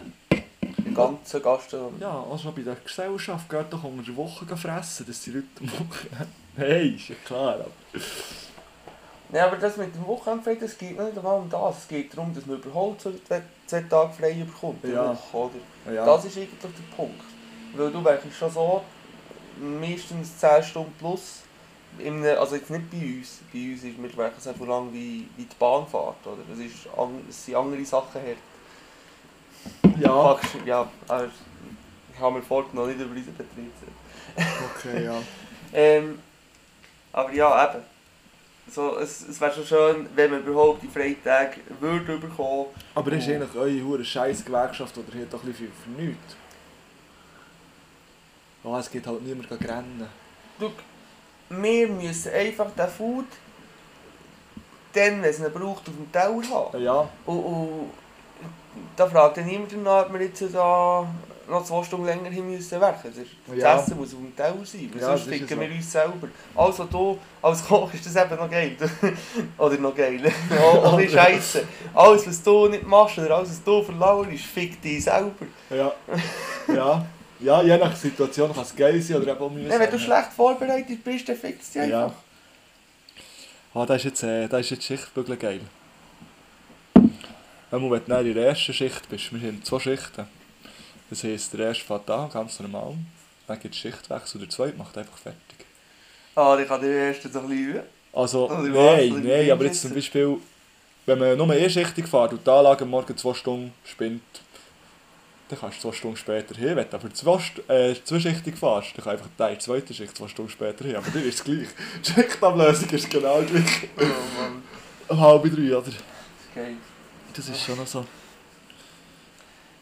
[SPEAKER 3] im ganzen Gastronomie.
[SPEAKER 4] ja, auch schon bei der Gesellschaft geht doch unter der Woche fressen, dass die Leute am Wochenende... [LAUGHS] Nein, ist ja klar, aber...
[SPEAKER 3] Nein, aber das mit dem Wochenende, das geht nicht einmal um das. Es geht darum, dass man überhaupt so zwei zwei Tage frei bekommt. in der
[SPEAKER 4] Ja.
[SPEAKER 3] Woche, Oder?
[SPEAKER 4] Ja.
[SPEAKER 3] Das ist eigentlich der Punkt. Weil du wächst schon so meistens 10 Stunden plus. In einem, also jetzt nicht bei uns. Bei uns ist wir werken so lang wie, wie die Bahnfahrt. Oder? Es, ist, an- es sind andere Sachen her.
[SPEAKER 4] ja.
[SPEAKER 3] Fakt- Ja, aber ich habe mir vorgenommen, nicht über unseren Betrieb zu reden.
[SPEAKER 4] Okay, ja.
[SPEAKER 3] Ähm, aber ja, eben. So, es es wäre schon schön, wenn wir überhaupt die Freitage würde bekommen.
[SPEAKER 4] Aber das ist eigentlich eure hure scheiß Gewerkschaft, oder hier doch ein bisschen für nichts. Oh, es geht halt niemand rennen.
[SPEAKER 3] Schau, wir müssen einfach den Food, dann, wenn es ihn braucht, auf dem Teller haben.
[SPEAKER 4] Ja,
[SPEAKER 3] Und, und da fragt ja niemand danach, ob wir jetzt da noch zwei Stunden länger hin müssen werken. Das, das
[SPEAKER 4] Ja.
[SPEAKER 3] Essen muss auf dem Teller sein, weil
[SPEAKER 4] Ja,
[SPEAKER 3] sonst
[SPEAKER 4] das ist
[SPEAKER 3] ficken
[SPEAKER 4] so.
[SPEAKER 3] wir uns selber. Also du, als Koch ist das eben noch geil. [LAUGHS] oder noch geil. [LAUGHS] oder oder scheiße. Alles, was du nicht machst oder alles, was du verlauerst, fick dich selber.
[SPEAKER 4] ja, ja. Ja, je nach Situation kann es geil sein oder eben auch mühsam.
[SPEAKER 3] Nein, wenn du schlecht vorbereitet bist, dann fickt es dich einfach.
[SPEAKER 4] Ja. Ah, das ist jetzt, äh, das ist jetzt Schichtbügel geil. Einmal, wenn du dann in der ersten Schicht bist, wir haben zwei Schichten. Das heisst, der erste fährt an, ganz normal. Dann gibt es Schichtwechsel und der zweite macht einfach fertig.
[SPEAKER 3] Ah, ich kann den ersten so ein bisschen üben.
[SPEAKER 4] Also,
[SPEAKER 3] Also, die Wahrheit,
[SPEAKER 4] nein,
[SPEAKER 3] die
[SPEAKER 4] nein, aber
[SPEAKER 3] Wahrheit.
[SPEAKER 4] jetzt zum Beispiel, wenn man nur einschichtig fährt und die Anlage am Morgen zwei Stunden spinnt, dann kannst du zwei Stunden später hin. Wenn du aber zwei, St- äh, zweischichtig fährst, dann kann einfach Teil zweite Schicht zwei Stunden später hin. Aber dann ist es gleich. [LAUGHS] Die Schichtablösung ist genau gleich.
[SPEAKER 3] Oh Mann,
[SPEAKER 4] Um halb drei, oder?
[SPEAKER 3] das ist geil.
[SPEAKER 4] Das ist schon noch so.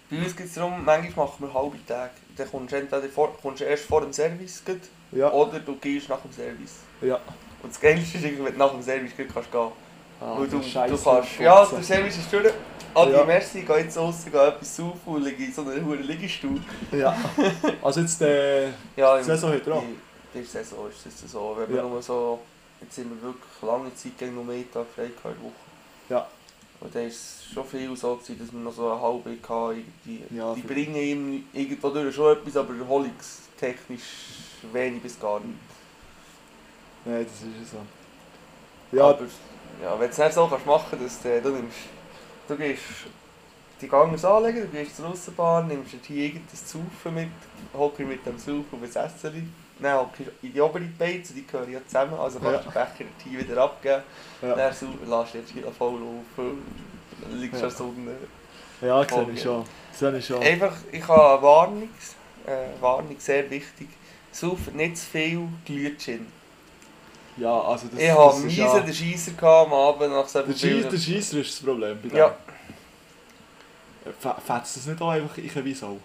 [SPEAKER 3] Bei uns geht es darum, manchmal machen wir halbe Tage. Dann kommst du, entweder vor, kommst du erst vor dem Service gleich,
[SPEAKER 4] Ja,
[SPEAKER 3] oder du gehst nach dem Service.
[SPEAKER 4] ja.
[SPEAKER 3] Und das Geilste ist, wenn du nach dem Service gleich kannst gehen Weil du, du
[SPEAKER 4] Ah, Scheisse,
[SPEAKER 3] kannst.
[SPEAKER 4] Furze.
[SPEAKER 3] Ja, der Service ist durch. Adi,
[SPEAKER 4] Ja.
[SPEAKER 3] merci, geh jetzt raus, geh etwas saufen und liege in so einer hohen Liegestuhl.
[SPEAKER 4] ja. Also jetzt, äh,
[SPEAKER 3] Ja,
[SPEAKER 4] die Saison heute dran.
[SPEAKER 3] Die, die Saison ist es so. Wenn wir
[SPEAKER 4] Ja.
[SPEAKER 3] nur so... Jetzt sind wir wirklich lange Zeit gegen nur einen Tag frei gehabt in der Woche.
[SPEAKER 4] Ja.
[SPEAKER 3] Und dann war es schon viel so, gewesen, dass wir noch so eine halbe hatten. irgendwie.
[SPEAKER 4] Ja,
[SPEAKER 3] die
[SPEAKER 4] für-
[SPEAKER 3] bringen ihm irgendwo durch schon etwas, aber erholungstechnisch wenig bis gar nicht.
[SPEAKER 4] Nein, das ist so. Ja,
[SPEAKER 3] aber, ja wenn du es nicht so kannst machen kannst, dass du, du nimmst... Du gehst die Gangers anlegen, du gehst zur Aussenbahn, nimmst dir hier irgendein Saufen mit, hockst mit dem Saufen auf ein Essen. Dann hockst du in die obere Beize, die gehören ja zusammen, also kannst du den Becher hier wieder abgeben.
[SPEAKER 4] ja,
[SPEAKER 3] Dann sau- lässt du jetzt hier voll auf, äh, liegst
[SPEAKER 4] Ja.
[SPEAKER 3] an der Sonne.
[SPEAKER 4] ja, sehe ich schon. Sehe ich schon.
[SPEAKER 3] Einfach, ich habe eine Warnung, äh, Warnung, sehr wichtig. Sauft nicht zu viel Glühwein.
[SPEAKER 4] Ja, also das,
[SPEAKER 3] Ich
[SPEAKER 4] das
[SPEAKER 3] habe miese den Scheisser gehabt am Abend nach so
[SPEAKER 4] Der Scheiss- der Scheisser ist das Problem bei dem.
[SPEAKER 3] Ja.
[SPEAKER 4] F- Fetzt das nicht auch einfach in wie so?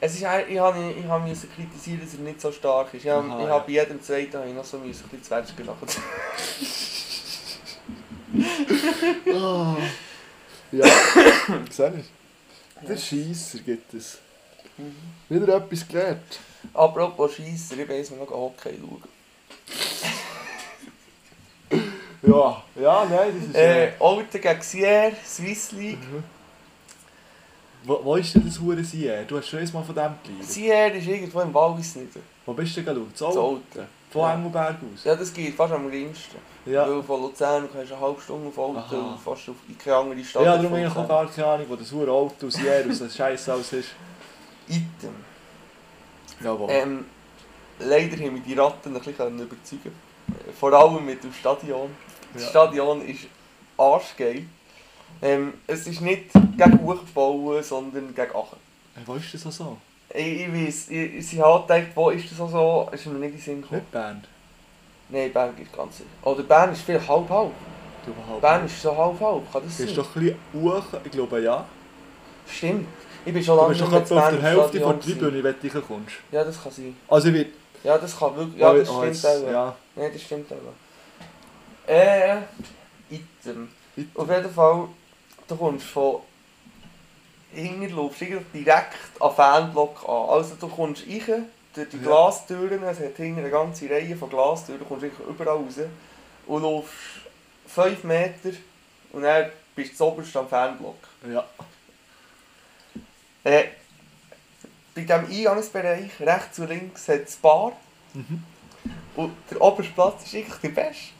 [SPEAKER 3] Es ist, ein- ich habe ich habe müssen kritisieren, dass er nicht so stark ist. Ich habe,
[SPEAKER 4] Aha,
[SPEAKER 3] ich
[SPEAKER 4] ja.
[SPEAKER 3] habe bei jedem zweiten habe ich noch so ein bisschen Zwetschgen nachgezogen.
[SPEAKER 4] Ah. [COUGHS] Ja, sehe ich. Der Scheisser gibt es.
[SPEAKER 3] Mhm.
[SPEAKER 4] Wieder etwas gelernt.
[SPEAKER 3] [LAUGHS] Apropos Scheisser, ich weiß, wir noch Hockey schauen.
[SPEAKER 4] Ja, ja, nein, das ist... Äh,
[SPEAKER 3] Äh,
[SPEAKER 4] Mhm.
[SPEAKER 3] Olten gegen Sierre, Swiss League.
[SPEAKER 4] wo, wo ist denn das hure Sier? äh? Du hast schon einmal von dem gelesen.
[SPEAKER 3] Sierre ist irgendwo im Wallis nicht.
[SPEAKER 4] Wo bist du denn geschaut?
[SPEAKER 3] Das
[SPEAKER 4] So,
[SPEAKER 3] Alte.
[SPEAKER 4] von Engelberg aus?
[SPEAKER 3] Ja, das geht fast am geringsten.
[SPEAKER 4] Ja,
[SPEAKER 3] Weil von Luzern kannst du eine halbe Stunde auf Auto
[SPEAKER 4] Aha.
[SPEAKER 3] und fast auf in keine andere Stadt.
[SPEAKER 4] ja
[SPEAKER 3] als
[SPEAKER 4] darum eigentlich auch
[SPEAKER 3] Luzern.
[SPEAKER 4] gar keine Ahnung, wo das Hure Auto aus hier aus der Scheiße aus ist.
[SPEAKER 3] Item.
[SPEAKER 4] Jawohl.
[SPEAKER 3] Ähm, leider haben wir die Ratten ein bisschen überzeugen können. Vor allem mit dem Stadion. Das
[SPEAKER 4] Ja.
[SPEAKER 3] Stadion ist arschgeil. Ähm, es ist nicht gegen Hochbauen, sondern gegen Aachen.
[SPEAKER 4] Äh, Wo ist das auch so?
[SPEAKER 3] Ich, ich weiss, ich, ich- sie hat gedacht, wo ist das auch so, ist mir nicht in den Sinn gekommen.
[SPEAKER 4] Nicht Bern.
[SPEAKER 3] Nein, Bern geht ganz sicher. Oder Bern ist vielleicht halb-halb.
[SPEAKER 4] Du überhaupt.
[SPEAKER 3] Bern ist so halb-halb, kann das
[SPEAKER 4] Das
[SPEAKER 3] sein?
[SPEAKER 4] ist doch ein bisschen hoch, ich glaube ja.
[SPEAKER 3] Stimmt. Ich bin schon
[SPEAKER 4] Du
[SPEAKER 3] lange
[SPEAKER 4] bist doch
[SPEAKER 3] nicht mehr
[SPEAKER 4] etwa auf
[SPEAKER 3] zu Bern im
[SPEAKER 4] der Hälfte
[SPEAKER 3] Stadion
[SPEAKER 4] von der Tribüne, wenn du reinkommst.
[SPEAKER 3] gewesen. Ja, das kann sein.
[SPEAKER 4] Also ich bin...
[SPEAKER 3] Ja, das kann wirklich... Ja, das
[SPEAKER 4] oh,
[SPEAKER 3] stimmt
[SPEAKER 4] jetzt-
[SPEAKER 3] auch.
[SPEAKER 4] Ja,
[SPEAKER 3] Nein, das stimmt aber. Äh, Item. Auf jeden Fall, du kommst von hinten laufst du irgendwie direkt an den Fanblock an. Also du kommst rein, durch die
[SPEAKER 4] Ja.
[SPEAKER 3] Glastüren, es hat hinten eine ganze Reihe von Glastüren, du kommst eigentlich überall raus und laufst 5 Meter und dann bist du zuoberst am Fanblock.
[SPEAKER 4] ja.
[SPEAKER 3] Äh, bei diesem Eingangsbereich, rechts und links, hat es Bar
[SPEAKER 4] Mhm.
[SPEAKER 3] und der oberste Platz ist eigentlich der beste.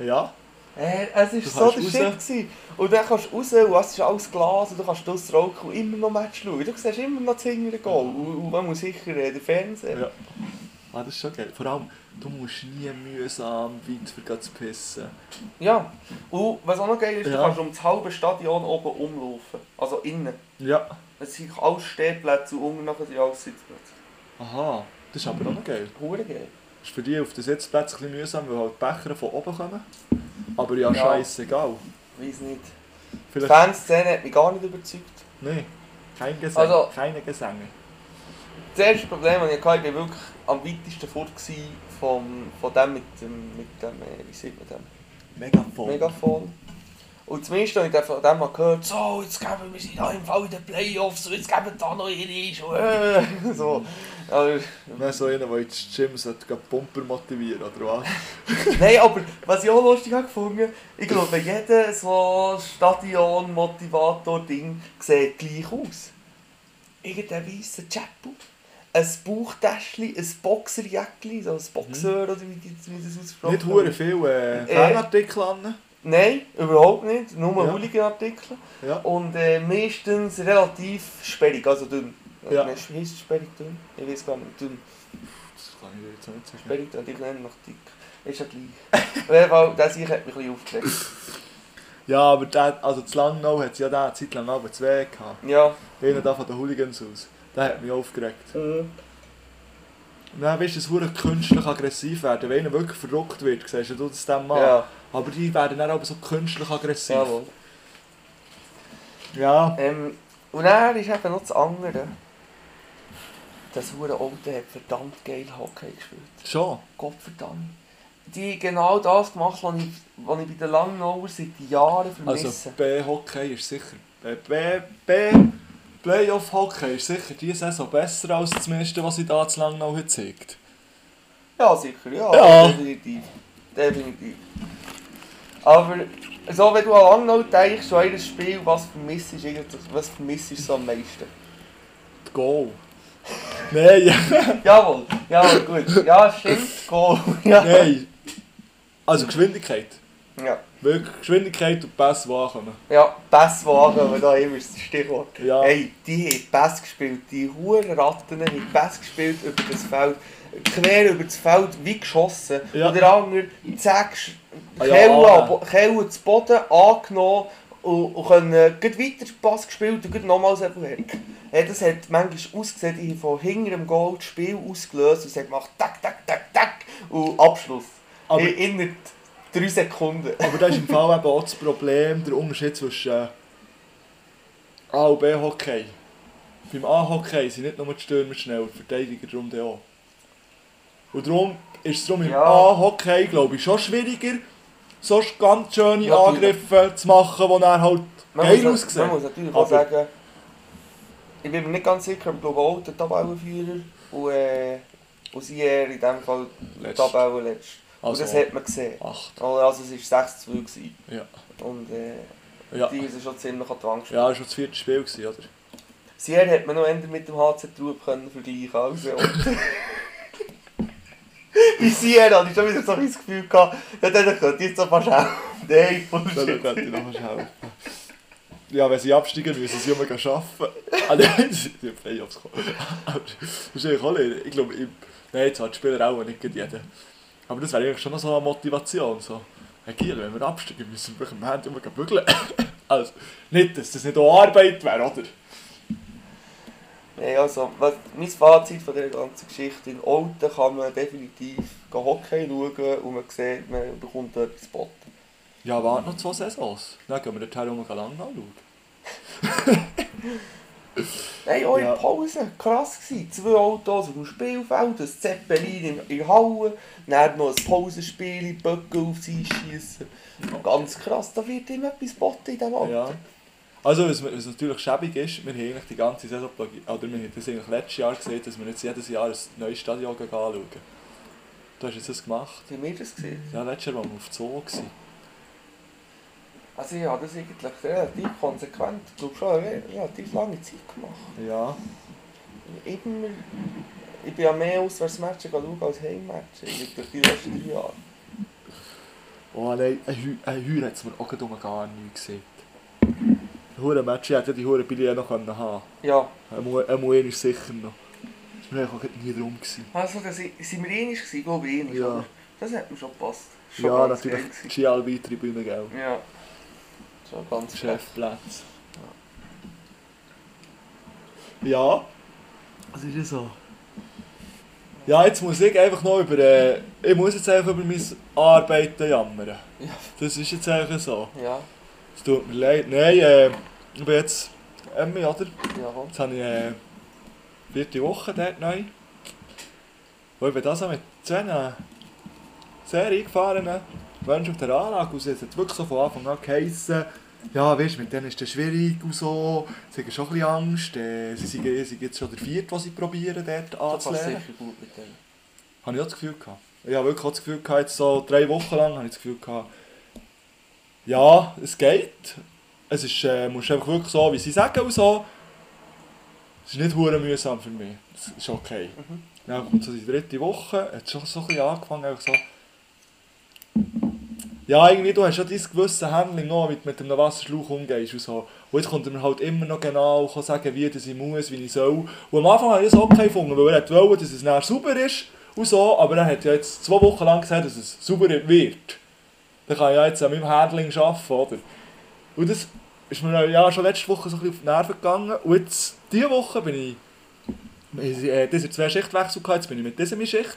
[SPEAKER 4] Ja.
[SPEAKER 3] Äh, es ist
[SPEAKER 4] Du
[SPEAKER 3] so der
[SPEAKER 4] kannst
[SPEAKER 3] Shit
[SPEAKER 4] raus.
[SPEAKER 3] gewesen. Und dann kannst du raus und es ist alles Glas und du kannst das rauchen und immer noch Match schauen. Du siehst immer noch das hintere Goal. Und, und man muss sicher äh, den Fernseher.
[SPEAKER 4] Ja. Ah, das ist schon geil. Vor allem, du musst nie mühsam weit für zu pissen.
[SPEAKER 3] Ja. Und was auch noch geil ist, du
[SPEAKER 4] Ja.
[SPEAKER 3] kannst um das halbe Stadion oben umlaufen. Also innen.
[SPEAKER 4] Ja.
[SPEAKER 3] Es sind alles Stehplätze und unten nachher sind alles Sitzplätze.
[SPEAKER 4] Aha. Das ist aber auch noch geil.
[SPEAKER 3] Hure geil.
[SPEAKER 4] Das ist für die auf den Sitzplätzen ein bisschen mühsam, weil halt die Becher von oben kommen. Aber ja,
[SPEAKER 3] Ja.
[SPEAKER 4] scheissegal.
[SPEAKER 3] Weiss nicht. Die
[SPEAKER 4] Vielleicht...
[SPEAKER 3] Fanszene hat mich gar nicht überzeugt.
[SPEAKER 4] Nein. Kein Gesang.
[SPEAKER 3] Also-
[SPEAKER 4] Keine Gesänge.
[SPEAKER 3] Das erste Problem, das ich hatte, ich war wirklich am weitesten fort gewesen vom, von dem mit dem, mit dem, äh, wie sieht man dem?
[SPEAKER 4] Megafon.
[SPEAKER 3] Megafon. Und zumindest habe ich dann von dem mal gehört, so, jetzt geben wir sind da im Fall in den Playoffs, und jetzt geben wir da noch ihre und, äh, [LAUGHS] so. Aber,
[SPEAKER 4] Nicht so einer, der ins Gym sollte, gleich Pumper motivieren, oder was?
[SPEAKER 3] nein, aber was ich auch lustig habe gefunden, ich glaube, jeder so Stadion-Motivator-Ding sieht gleich aus. Irgendein weißer Chapel, ein Bauchtäschchen, ein Boxerjäckchen, so ein Boxer oder wie, die- wie das ausgesprochen
[SPEAKER 4] Nicht hure viel äh,
[SPEAKER 3] Äh.
[SPEAKER 4] Fanartikel an.
[SPEAKER 3] Nein, überhaupt nicht, nur
[SPEAKER 4] Ja.
[SPEAKER 3] Hooligan-Artikel.
[SPEAKER 4] Ja.
[SPEAKER 3] Und äh, meistens relativ sperrig, also dünn.
[SPEAKER 4] Ja.
[SPEAKER 3] Ja. Heißt es sperrig dünn? Ich weiß gar nicht, dünn.
[SPEAKER 4] Das kann ich dir jetzt auch nicht sagen.
[SPEAKER 3] Sperrig dünn, ich nenne noch dick. Ist ja
[SPEAKER 4] [LAUGHS]
[SPEAKER 3] gleich. Auf jeden Fall, der Sieg hat mich ein bisschen aufgeregt.
[SPEAKER 4] Ja, aber der, also zu Langnau hat es ja da eine Zeit lang aber zwei gehabt.
[SPEAKER 3] Ja.
[SPEAKER 4] Einer da von den Hooligans aus. Der hat mich aufgeregt.
[SPEAKER 3] Mhm.
[SPEAKER 4] Dann weißt du, dass Huren künstlich aggressiv werden. Wenn einer wirklich verrückt wird, siehst du das dem Mann.
[SPEAKER 3] Ja,
[SPEAKER 4] Aber die werden dann aber so künstlich aggressiv.
[SPEAKER 3] jawohl.
[SPEAKER 4] Ja.
[SPEAKER 3] Ähm, und dann ist eben noch das andere. Das hure Auto hat verdammt geil Hockey gespielt.
[SPEAKER 4] Schon.
[SPEAKER 3] Gottverdammt. Die haben genau das gemacht, was ich, was ich bei den Langnauer seit Jahren vermisse.
[SPEAKER 4] Also B-Hockey ist sicher. äh, B, B Playoff-Hockey ist sicher diese Saison besser als das meiste, was sie da zu Langnau hat gezeigt.
[SPEAKER 3] Ja, sicher, ja.
[SPEAKER 4] Ja.
[SPEAKER 3] Definitiv. Definitiv. Aber so, wenn du an Langnau denkst, so ein Spiel, was vermisst du eigentlich, was vermisst du so am meisten?
[SPEAKER 4] Goal. Nein.
[SPEAKER 3] Jawohl, jawohl, gut. Ja, stimmt, Goal. [LAUGHS] Ja.
[SPEAKER 4] Nein! Also Geschwindigkeit.
[SPEAKER 3] Ja,
[SPEAKER 4] Wirklich Geschwindigkeit und Pass ankommen.
[SPEAKER 3] ja Pass wagen, aber da immer ist das Stichwort.
[SPEAKER 4] Ja.
[SPEAKER 3] Hey, die haben Pass gespielt, die hohen Ratten haben Pass gespielt über das Feld. Quer über das Feld, wie geschossen.
[SPEAKER 4] Ja.
[SPEAKER 3] Und der andere zack,
[SPEAKER 4] Ah ja,
[SPEAKER 3] Kellen
[SPEAKER 4] ah,
[SPEAKER 3] ab- Kellen zu Boden angenommen und, und können äh, gleich weiter den Pass gespielt und gleich nochmals einfach her. Ja, das hat manchmal ausgesehen, ich habe von hinter dem Goal das Spiel ausgelöst und es hat gemacht, tak, tak, tak, tak und Abschluss.
[SPEAKER 4] Aber-
[SPEAKER 3] In- Innerhalb drei Sekunden.
[SPEAKER 4] Aber das ist im Fall eben auch das Problem, der Unterschied zwischen äh, A und B Hockey. Beim A-Hockey sind nicht nur die Stürmer schnell, die Verteidiger darum dann auch. Und darum ist es darum im
[SPEAKER 3] Ja.
[SPEAKER 4] A-Hockey, glaube ich, schon schwieriger, so ganz schöne
[SPEAKER 3] Natürlich.
[SPEAKER 4] Angriffe zu machen, die dann halt geil
[SPEAKER 3] muss, man
[SPEAKER 4] aussehen.
[SPEAKER 3] muss natürlich
[SPEAKER 4] Aber-
[SPEAKER 3] auch sagen, ich bin mir nicht ganz sicher, aber ich glaube auch der Tabellenführer und, äh, und sie eher in dem Fall
[SPEAKER 4] Letzt.
[SPEAKER 3] Tabellenletzt. Und
[SPEAKER 4] Also,
[SPEAKER 3] das hat man gesehen.
[SPEAKER 4] acht.
[SPEAKER 3] Also es war 6-2 gewesen.
[SPEAKER 4] Ja.
[SPEAKER 3] und äh,
[SPEAKER 4] Ja.
[SPEAKER 3] die sind schon ziemlich an die Wand gespielt.
[SPEAKER 4] ja, das war schon das vierte Spiel, gewesen, oder?
[SPEAKER 3] Sehr hat man noch eher mit dem HC Trub können vergleichen also, [LAUGHS] bei Siena, ich schon wieder so ein Gefühl gehabt, ja, dann könnte ich jetzt so fast helfen. [LAUGHS] Nein,
[SPEAKER 4] Dann
[SPEAKER 3] Bullshit.
[SPEAKER 4] könnte ich noch helfen. Ja, wenn sie absteigen, müssen sie immer arbeiten. Ah, nein, [LAUGHS] sie sind in die Playoffs gekommen. Aber das ist eigentlich auch nicht. Ich glaube, ich, nein, jetzt hat die Spieler auch nicht gerade jeder. Aber das wäre eigentlich schon noch so eine Motivation. So. Hey Giel, wenn wir absteigen, müssen wir am Ende immer gehen bügeln. [LAUGHS] Also, nicht, dass das nicht auch Arbeit wäre, oder?
[SPEAKER 3] Nein, also, was, mein Fazit von dieser ganzen Geschichte, in Olten kann man definitiv gehen Hockey schauen und man sieht, man bekommt dort etwas geboten.
[SPEAKER 4] Ja, warte noch zwei Saisons. Dann gehen wir den Teil um lang anschauen.
[SPEAKER 3] Nein, eure
[SPEAKER 4] Ja.
[SPEAKER 3] Pause, krass gewesen. Zwei Autos auf dem Spielfeld, ein Zeppelin in, in der Halle, dann noch ein Pausenspiel, in die Böcke auf sie schiessen. Ganz krass, da wird immer etwas geboten in diesem Alter.
[SPEAKER 4] Ja. Also, was, was natürlich schäbig ist, wir haben eigentlich die ganze Saison, plagi- oder wir haben das eigentlich letztes Jahr gesehen, dass wir jetzt jedes Jahr ein neues Stadion gehen anschauen. Du hast jetzt das gemacht.
[SPEAKER 3] Wie haben wir das gesehen?
[SPEAKER 4] Ja, letztes Jahr waren wir auf Zoo. Gewesen.
[SPEAKER 3] Also ich habe das eigentlich relativ konsequent, ich glaube schon eine re- relativ lange Zeit gemacht.
[SPEAKER 4] Ja.
[SPEAKER 3] Immer, ich bin ja mehr Auswärtsmatchen schauen als Heimmatchen, eigentlich durch die letzten drei Jahre.
[SPEAKER 4] Oh nein, ein Heuer hat es mir auch gerade um gar nichts gesehen. Ein Huren-Match hätte die Huren-Billy noch haben können.
[SPEAKER 3] Ja,
[SPEAKER 4] Ein Moin ist sicher noch. Das war mir eigentlich auch gerade nie drum. Gewesen.
[SPEAKER 3] also das i- sind wir einig gewesen, glaube ich, einig,
[SPEAKER 4] Ja.
[SPEAKER 3] oder? Das hat mir schon gepasst. Schon
[SPEAKER 4] Ja,
[SPEAKER 3] ganz
[SPEAKER 4] natürlich.
[SPEAKER 3] geil gewesen.
[SPEAKER 4] GLB-Tribüne, gell?
[SPEAKER 3] Ja. Schon ganz schlecht.
[SPEAKER 4] Chefplatz. Ja. Was ist ja so? Ja, jetzt muss ich einfach noch über. Äh, ich muss jetzt einfach über mein Arbeiten jammern.
[SPEAKER 3] Ja.
[SPEAKER 4] Das ist jetzt einfach so.
[SPEAKER 3] Ja,
[SPEAKER 4] Es tut mir leid. Nein, äh, ich bin jetzt Emmy, oder?
[SPEAKER 3] ja, komm.
[SPEAKER 4] Jetzt habe ich äh, vierte Woche dort neu. Und ich bin das auch mit zehn äh, sehr eingefahrenen Menschen auf der Anlage. Und es hat wirklich so von Anfang an geheissen, ja, weißt du, mit denen ist das schwierig und so. Sie haben schon ein bisschen Angst. Äh, sie, sind, sie sind jetzt schon der vierte, was sie probieren, dort
[SPEAKER 3] Das passt
[SPEAKER 4] anzulernen.
[SPEAKER 3] sicher gut mit dem.
[SPEAKER 4] Habe ich auch das Gefühl gehabt. Ich habe wirklich auch das Gefühl gehabt, jetzt so drei Wochen lang habe ich das Gefühl gehabt, ja, es geht. Es ist, äh, musst einfach wirklich so, wie sie sagen und so. Es ist nicht hure mühsam für mich. Es ist okay. Dann kommt so die dritte Woche, hat schon so ein bisschen angefangen, einfach so. Ja, irgendwie, du hast ja dein gewisses Handling noch, wie du mit einem Wasserschlauch umgehst und so. Und jetzt kommt er mir halt immer noch genau und kann sagen, wie das ich muss, wie ich soll. Und am Anfang habe ich das okay gefunden, weil er hat wollte, dass es nachher sauber ist und so, aber er hat ja jetzt zwei Wochen lang gesagt, dass es sauber wird. Dann kann ich ja jetzt an meinem Handling arbeiten, oder? Und das ist mir ja schon letzte Woche so ein bisschen auf die Nerven gegangen. Und jetzt, diese Woche bin ich... Ich äh, diese zwei Schichtwechsel gehabt, jetzt bin ich mit dieser meine Schicht.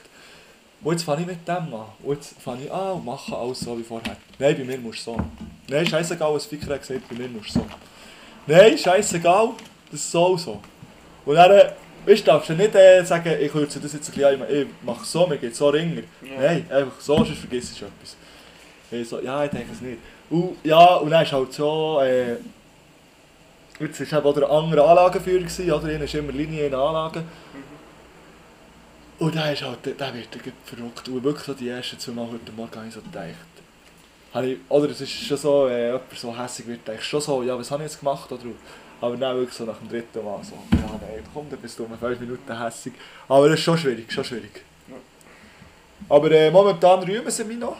[SPEAKER 4] Und jetzt fange ich mit dem an. Und jetzt fange ich an und mache alles so wie vorher. Nein, bei mir musst du so. Nein, scheißegal, was Ficker hat gesagt, bei mir musst du so. Nein, scheißegal, das ist so und so. Und dann, äh, weißt du, darfst du nicht äh, sagen, ich kürze das jetzt ein bisschen an, ich ich mache so, mir geht so ringer. Nein, einfach so, sonst vergisst du etwas. Ich so, ja, ich denke es nicht. Und, ja, und dann ist halt so, äh, jetzt war eben auch der andere Anlagenführer, gewesen, oder? Einer ist immer Linie in Anlagen. Und der ist halt, der der wird gleich verrückt. Und wirklich so die ersten zwei Mal heute Morgen habe ich so gedacht. Habe ich, oder es ist schon so, äh, jemand so hässig wird, denke ich schon so, ja, was habe ich jetzt gemacht? Oder, aber dann wirklich so nach dem dritten Mal so, ja nein, komm, dann bist du um 5 Minuten hässig. Aber das ist schon schwierig, schon schwierig. Aber äh, momentan rühmen sie mich noch.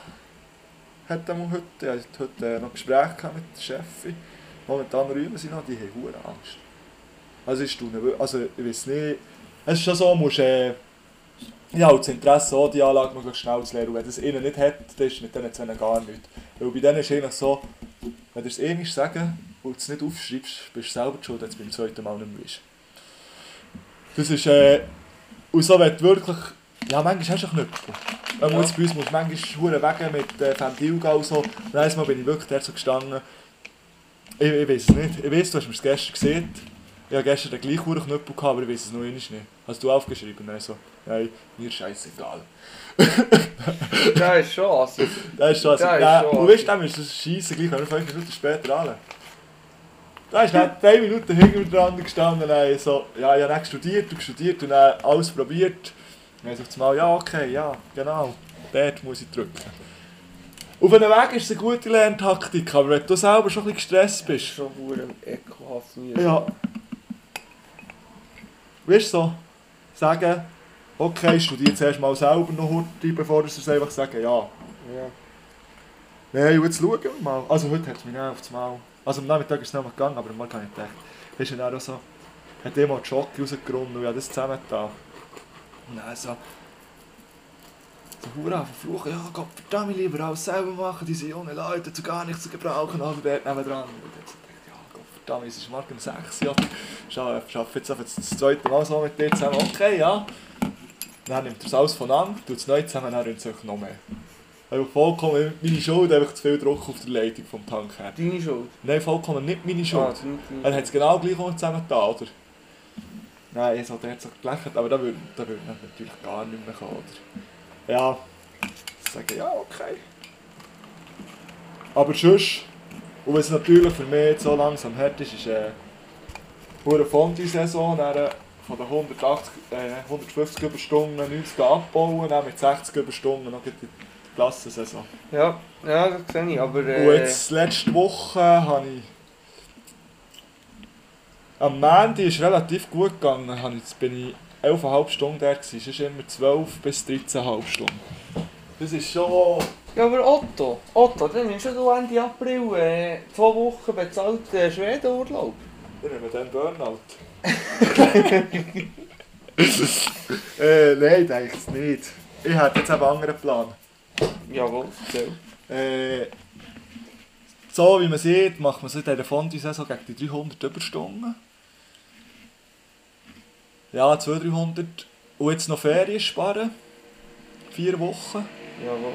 [SPEAKER 4] Hat einmal heute, ja, ich hatte heute äh, noch ein Gespräch gehabt mit der Chefin. Momentan rühmen sie noch, die haben hure Angst. Also ich staune, wirklich- also ich weiß nicht, es ist schon so, du musst... Äh, ja, und das Interesse an die Anlage noch schnell zu lernen. Und wenn das ihnen nicht hat, dann ist mit denen zwei gar nichts. Weil bei denen ist eigentlich so, wenn du es eh nicht sagen und es nicht aufschreibst, bist du selber schuld, wenn du es beim zweiten Mal nicht mehr bist. Das ist, äh, und so wenn du wirklich, ja manchmal hast du einen Knüppel. Wenn man jetzt bei uns muss, manchmal schuhe wegen mit äh, Ventil gehen und so. Und eines Mal bin ich wirklich dort so gestanden. Ich, ich weiß es nicht. Ich weiß, du hast mir es gestern gesehen. Ich habe gestern den gleichen Uhrenknüppel gehabt, aber ich weiß es noch einmal nicht. Hast du aufgeschrieben? Nein, so. Nein, mir scheißegal.
[SPEAKER 3] Ja, ist schon also.
[SPEAKER 4] Das ist schon so.
[SPEAKER 3] Das ist
[SPEAKER 4] Ja,
[SPEAKER 3] schon
[SPEAKER 4] und weißt du, dem ist das scheisse gleich, wenn wir fünf Minuten später an. Da ist dann drei Minuten hinter mir dran gestanden. Dann so, ja, ich habe dann studiert und studiert und dann alles probiert. Dann sagt sie mal, ja, okay, ja, genau. Dort muss ich drücken. Auf einem Weg ist es eine gute Lerntaktik, aber wenn du selber schon ein bisschen gestresst
[SPEAKER 3] Ist
[SPEAKER 4] bist.
[SPEAKER 3] schon verdammt ekelhaft mühsam.
[SPEAKER 4] Ja. Weißt du so? Sagen, okay, studiere zuerst mal selber noch Hurti, bevor ich es einfach sage, ja.
[SPEAKER 3] Ja.
[SPEAKER 4] Nein, jetzt schauen wir mal. Also heute hat es mich nicht auf das Mal. Also am Nachmittag ist es nochmal gegangen, aber am Morgen habe ich gedacht, ist ja dann auch so. Hat jemand die Schocke rausgeräumt und ich habe das zusammengetan. Und dann so... So Hurra verfluchen, ja Gott verdammt, lieber alles selber machen, diese jungen Leute zu gar nichts zu gebrauchen, aber dort nebenan. Und ich habe gedacht, ja Gott verdammt, es ist morgen um 6 Uhr, ich arbeite jetzt einfach das zweite Mal so mit dir zusammen, okay, ja. Dann nimmt er es alles voneinander, tut es neu zusammen, dann rinnt es euch noch mehr. Einfach vollkommen meine Schuld, einfach zu viel Druck auf der Leitung vom Tank her.
[SPEAKER 3] Deine Schuld.
[SPEAKER 4] Nein, vollkommen nicht meine
[SPEAKER 3] Ah,
[SPEAKER 4] Schuld.
[SPEAKER 3] deine- deine-
[SPEAKER 4] Er hat es genau gleich auch zusammen getan, oder? Nein, es hat er so gelächelt, aber da würde, da würde er natürlich gar nicht mehr kommen, oder? Ja, ich sage ja, okay. Aber sonst, und was natürlich für mich jetzt so langsam hart ist, ist äh, pure Fonti-Saison, dann, äh, von den 180, äh, 150 Überstunden 90 abbauen, dann mit 60 Überstunden noch gleich die Klassensaison.
[SPEAKER 3] Ja, ja, das sehe ich, aber...
[SPEAKER 4] Und
[SPEAKER 3] Äh,
[SPEAKER 4] jetzt letzte Woche habe ich. Am Montag ist relativ gut gegangen. habe ich- Jetzt bin ich 11,5 Stunden da. gewesen. Es ist immer 12 bis 13,5 Stunden. Das ist schon.
[SPEAKER 3] ja, aber Otto, Otto, dann nimmst du Ende April äh, zwei Wochen bezahlten äh, Schwedenurlaub.
[SPEAKER 4] Ich nehme den Burnout. äh, nein, denke ich nicht. Ich hätte jetzt einen anderen Plan.
[SPEAKER 3] Jawohl, zähl.
[SPEAKER 4] Äh, so wie man sieht, macht man so in dieser Fondi-Saison gegen die 300 Überstunden. Ja, 200, 300. Und jetzt noch Ferien sparen. Vier Wochen.
[SPEAKER 3] Jawohl.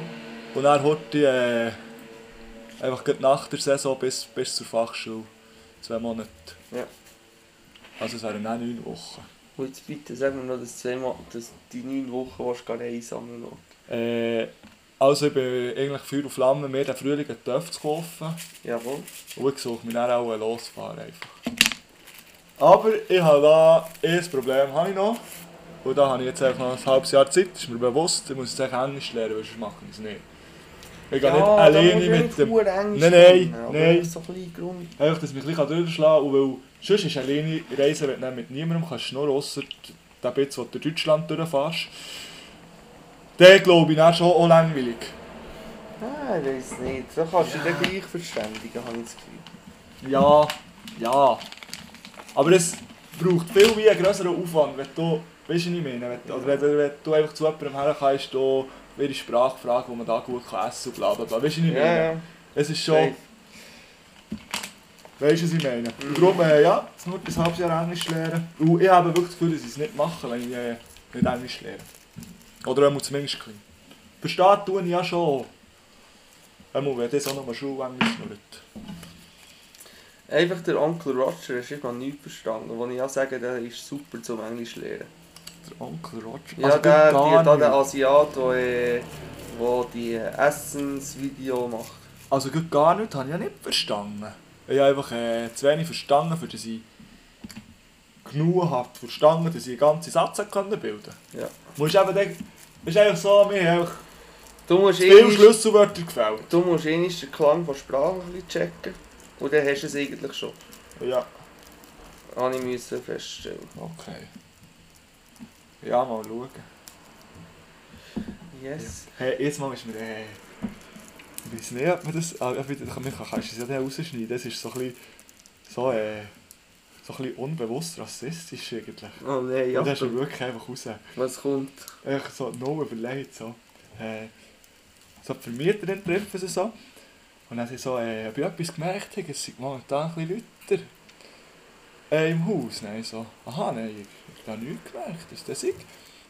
[SPEAKER 4] Und dann heute äh, einfach gleich nach der Saison bis, bis zur Fachschule. Zwei Monate.
[SPEAKER 3] Ja.
[SPEAKER 4] Also es wären auch neun Wochen.
[SPEAKER 3] Und jetzt bitte sag mir noch, dass, du zweimal, dass du die neun Wochen willst, gar einsammeln willst.
[SPEAKER 4] Äh, also ich bin eigentlich Feuer und Flamme, mir den Frühling einen Töff zu kaufen.
[SPEAKER 3] Jawohl.
[SPEAKER 4] Und ich suche mich dann auch einen losfahren einfach. Aber ich habe da ein Problem habe ich noch. Und da habe ich jetzt einfach noch ein halbes Jahr Zeit, das ist mir bewusst. Ich muss jetzt echt Englisch lernen, weil sonst machen ich es nicht. Ich gehe nicht alleine mit dem...
[SPEAKER 3] Nein,
[SPEAKER 4] Nein, nein, nein.
[SPEAKER 3] So klein Grund.
[SPEAKER 4] Einfach, dass ich mich ein bisschen durchschlagen kann. Und weil sonst ist alleine reisen, wenn du dann mit niemandem kannst, nur ausser der Bitz, wo du durch Deutschland durchfährst. Der glaube ich dann schon auch langweilig.
[SPEAKER 3] Ah, ich weiß nicht. So kannst du dich dann gleich verständigen, habe ich das Gefühl.
[SPEAKER 4] Ja, ja. Aber es braucht viel wie einen grösseren Aufwand, wenn du, weißt du, was ich meine, wenn, du- oder wenn, du- wenn du einfach zu jemandem herkommst, du ihre Sprache fragen, wo man da gut kann essen und bla bla bla, weißt du, was ich meine? Es ist schon,
[SPEAKER 3] Safe. Mhm.
[SPEAKER 4] weißt du, was ich meine? Und darum, äh, ja, jetzt nur ein halbes Jahr Englisch lernen. Und ich habe wirklich das Gefühl, dass ich es nicht mache, wenn ich äh, nicht Englisch lerne. Oder einmal zumindest ein bisschen. Versteht tue ich ja schon. Einmal, wenn das auch nochmal Schulenglisch schnurrt.
[SPEAKER 3] Einfach der Onkel Roger hast du mal nichts verstanden. Wo ich ja sage, der ist super zum Englisch lernen.
[SPEAKER 4] Der Onkel Roger.
[SPEAKER 3] Ja, der, die,
[SPEAKER 4] Also, gar
[SPEAKER 3] da der
[SPEAKER 4] nicht.
[SPEAKER 3] Asiat, der äh, wo die Essensvideo macht.
[SPEAKER 4] Also gut gar nichts habe ich ja nicht verstanden. Ich habe einfach äh, zu wenig verstanden, für das ich genug habe verstanden, dass ich einen ganzen Satz hätte können bilden konnte.
[SPEAKER 3] Ja.
[SPEAKER 4] Musst eben denken, es ist einfach so, mir haben einfach
[SPEAKER 3] Du musst
[SPEAKER 4] zu viele
[SPEAKER 3] einmal-
[SPEAKER 4] Schlüsselwörter gefällt.
[SPEAKER 3] Du musst einmal den Klang von Sprache ein bisschen checken. Und dann hast du es eigentlich schon.
[SPEAKER 4] Ja,
[SPEAKER 3] Habe ich müssen feststellen.
[SPEAKER 4] okay. Ja, mal schauen.
[SPEAKER 3] Yes.
[SPEAKER 4] Hey, jetzt mal ist mir... Äh, ich weiß nicht, ob man das... Ah, ja, bitte, man kann, kannst du es ja dann rausschneiden. Das ist so ein bisschen... So, äh, so ein bisschen unbewusst rassistisch eigentlich.
[SPEAKER 3] Oh nein,
[SPEAKER 4] Ja,
[SPEAKER 3] ja.
[SPEAKER 4] das ist ja wirklich einfach raus.
[SPEAKER 3] Was kommt?
[SPEAKER 4] Ich so noch überlegt, so, äh, so die Vermieterin treffen sie so. Und dann sie so, äh, ob ich etwas gemerkt habe, es sind momentan ein bisschen lauter äh, im Haus. Nein, so, aha, nein, ich, ich habe nichts gemerkt, ist das ich?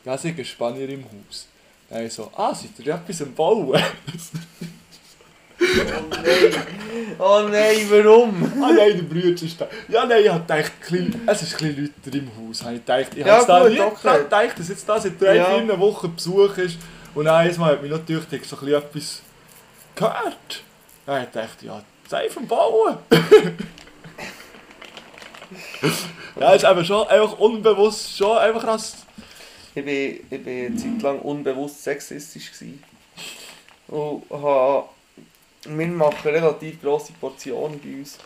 [SPEAKER 4] Ja, sie sind Spanier im Haus. Nein, so, ah, seid ihr etwas am Bauen? [LAUGHS]
[SPEAKER 3] Oh nein! Oh nein, warum?
[SPEAKER 4] ah nein, der Bruder ist da. Ja, nein, ich habe gedacht, ein bisschen- es ist ein bisschen lauter im Haus. Habe Ich gedacht, ich
[SPEAKER 3] Ja,
[SPEAKER 4] habe ja,
[SPEAKER 3] gut,
[SPEAKER 4] nie
[SPEAKER 3] okay.
[SPEAKER 4] daran gedacht, dass jetzt das in drei,
[SPEAKER 3] Ja.
[SPEAKER 4] vier Wochen Besuch ist. Und eines Mal hat mich natürlich so ein bisschen etwas gehört. Dann dachte ich, ja, sei vom Bauen. [LAUGHS] ja, ist eben schon einfach unbewusst, schon einfach rass.
[SPEAKER 3] Ich bin, ich bin eine Zeit lang unbewusst sexistisch. Gewesen. Und ha, wir machen relativ grosse Portionen bei uns.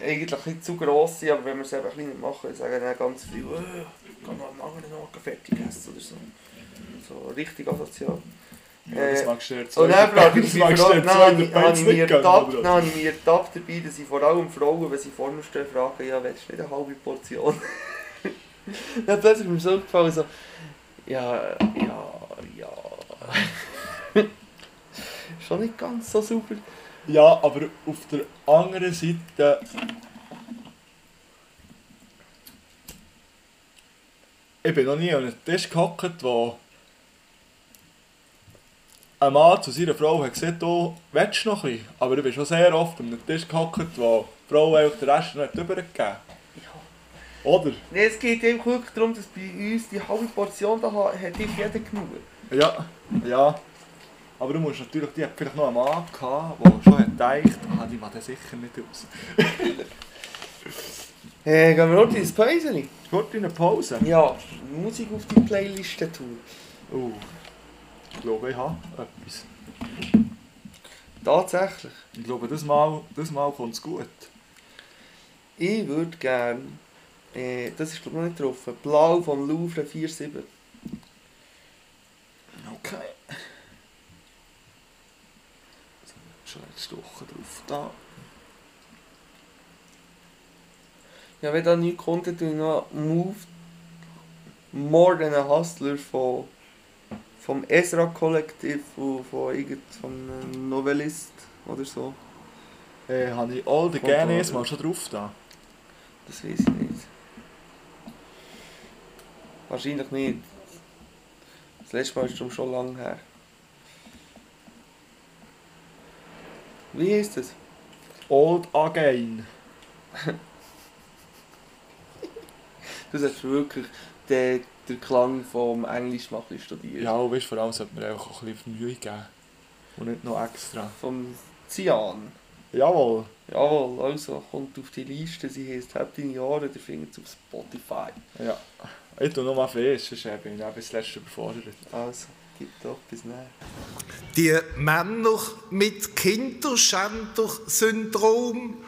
[SPEAKER 3] Eigentlich ein bisschen zu grosse, aber wenn wir es eben ein bisschen nicht machen, sagen dann ganz viel. Äh, kann man am anderen Morgen fertig essen oder so. So richtig asozial.
[SPEAKER 4] Ja, das magst du dir
[SPEAKER 3] Und dann
[SPEAKER 4] [LAUGHS]
[SPEAKER 3] frage ich
[SPEAKER 4] das
[SPEAKER 3] mich, vor
[SPEAKER 4] magst du dir
[SPEAKER 3] allem- dann habe ich- habe
[SPEAKER 4] zweiten
[SPEAKER 3] ich
[SPEAKER 4] Bands
[SPEAKER 3] mir
[SPEAKER 4] nicht gönnen,
[SPEAKER 3] ertappt- dann
[SPEAKER 4] oder?
[SPEAKER 3] habe ich mir ertappt dabei, dass ich vor allem Frauen, wenn sie vor mir stehen, fragen, ja, willst du nicht eine halbe Portion? [LAUGHS] dann plötzlich ist mir so gefallen, so, ja, ja, ja. [LAUGHS] Schon nicht ganz so super.
[SPEAKER 4] Ja, aber auf der anderen Seite. Ich bin noch nie an einem Tisch gehockt, wo ein Mann zu seiner Frau hat gesagt, du willst noch ein bisschen. Aber ich bin schon sehr oft an einem Tisch gehockt, wo die Frau einfach den Rest noch hat übergegeben hat. Oder?
[SPEAKER 3] Nee, es geht eben wirklich darum, dass bei uns die halbe Portion da hat, hat ich jeder genug.
[SPEAKER 4] Ja, ja. Aber du musst natürlich, die hat vielleicht noch einen Mann gehabt, der schon hat gedacht, ah, die macht das sicher nicht aus.
[SPEAKER 3] Hey, Äh, gehen wir heute ins Päuschen?
[SPEAKER 4] Gut, in eine Pause.
[SPEAKER 3] Ja, Musik auf die Playliste tun.
[SPEAKER 4] Oh, ich glaube, ich habe etwas.
[SPEAKER 3] Tatsächlich.
[SPEAKER 4] Ich glaube, das Mal, das Mal kommt es gut.
[SPEAKER 3] Ich würde gern, äh, das ist glaube ich noch nicht drauf, Blau vom Louvre 47.
[SPEAKER 4] Okay. Jetzt haben wir Schon letzte Woche drauf. Da.
[SPEAKER 3] Ja, wenn da nichts kommt, dann tue ich noch Move More Than a Hustler von, vom Ezra Kollektiv und von irgendeinem Novellist oder so.
[SPEAKER 4] Äh, habe ich all the
[SPEAKER 3] Kommt
[SPEAKER 4] Gaines
[SPEAKER 3] aber.
[SPEAKER 4] mal schon drauf da.
[SPEAKER 3] Das weiß ich nicht. Wahrscheinlich nicht. Das letzte Mal ist darum schon lange her. Wie heißt das?
[SPEAKER 4] Old Again.
[SPEAKER 3] Du solltest wirklich den, den Klang vom Englisch machen studieren.
[SPEAKER 4] Ja, und weißt, vor allem sollte man einfach auch ein bisschen Mühe geben. Und nicht noch extra.
[SPEAKER 3] Vom Cyan.
[SPEAKER 4] Jawohl.
[SPEAKER 3] Jawohl, also kommt auf die Liste, sie heisst «Hab deine Jahre», der findet auf Spotify.
[SPEAKER 4] Ja. Ich tue nochmal fest, sonst bin ich auch bis letztes überfordert.
[SPEAKER 3] Also, gibt doch bis näher.
[SPEAKER 5] Die Männer mit Kinderschänder-Syndrom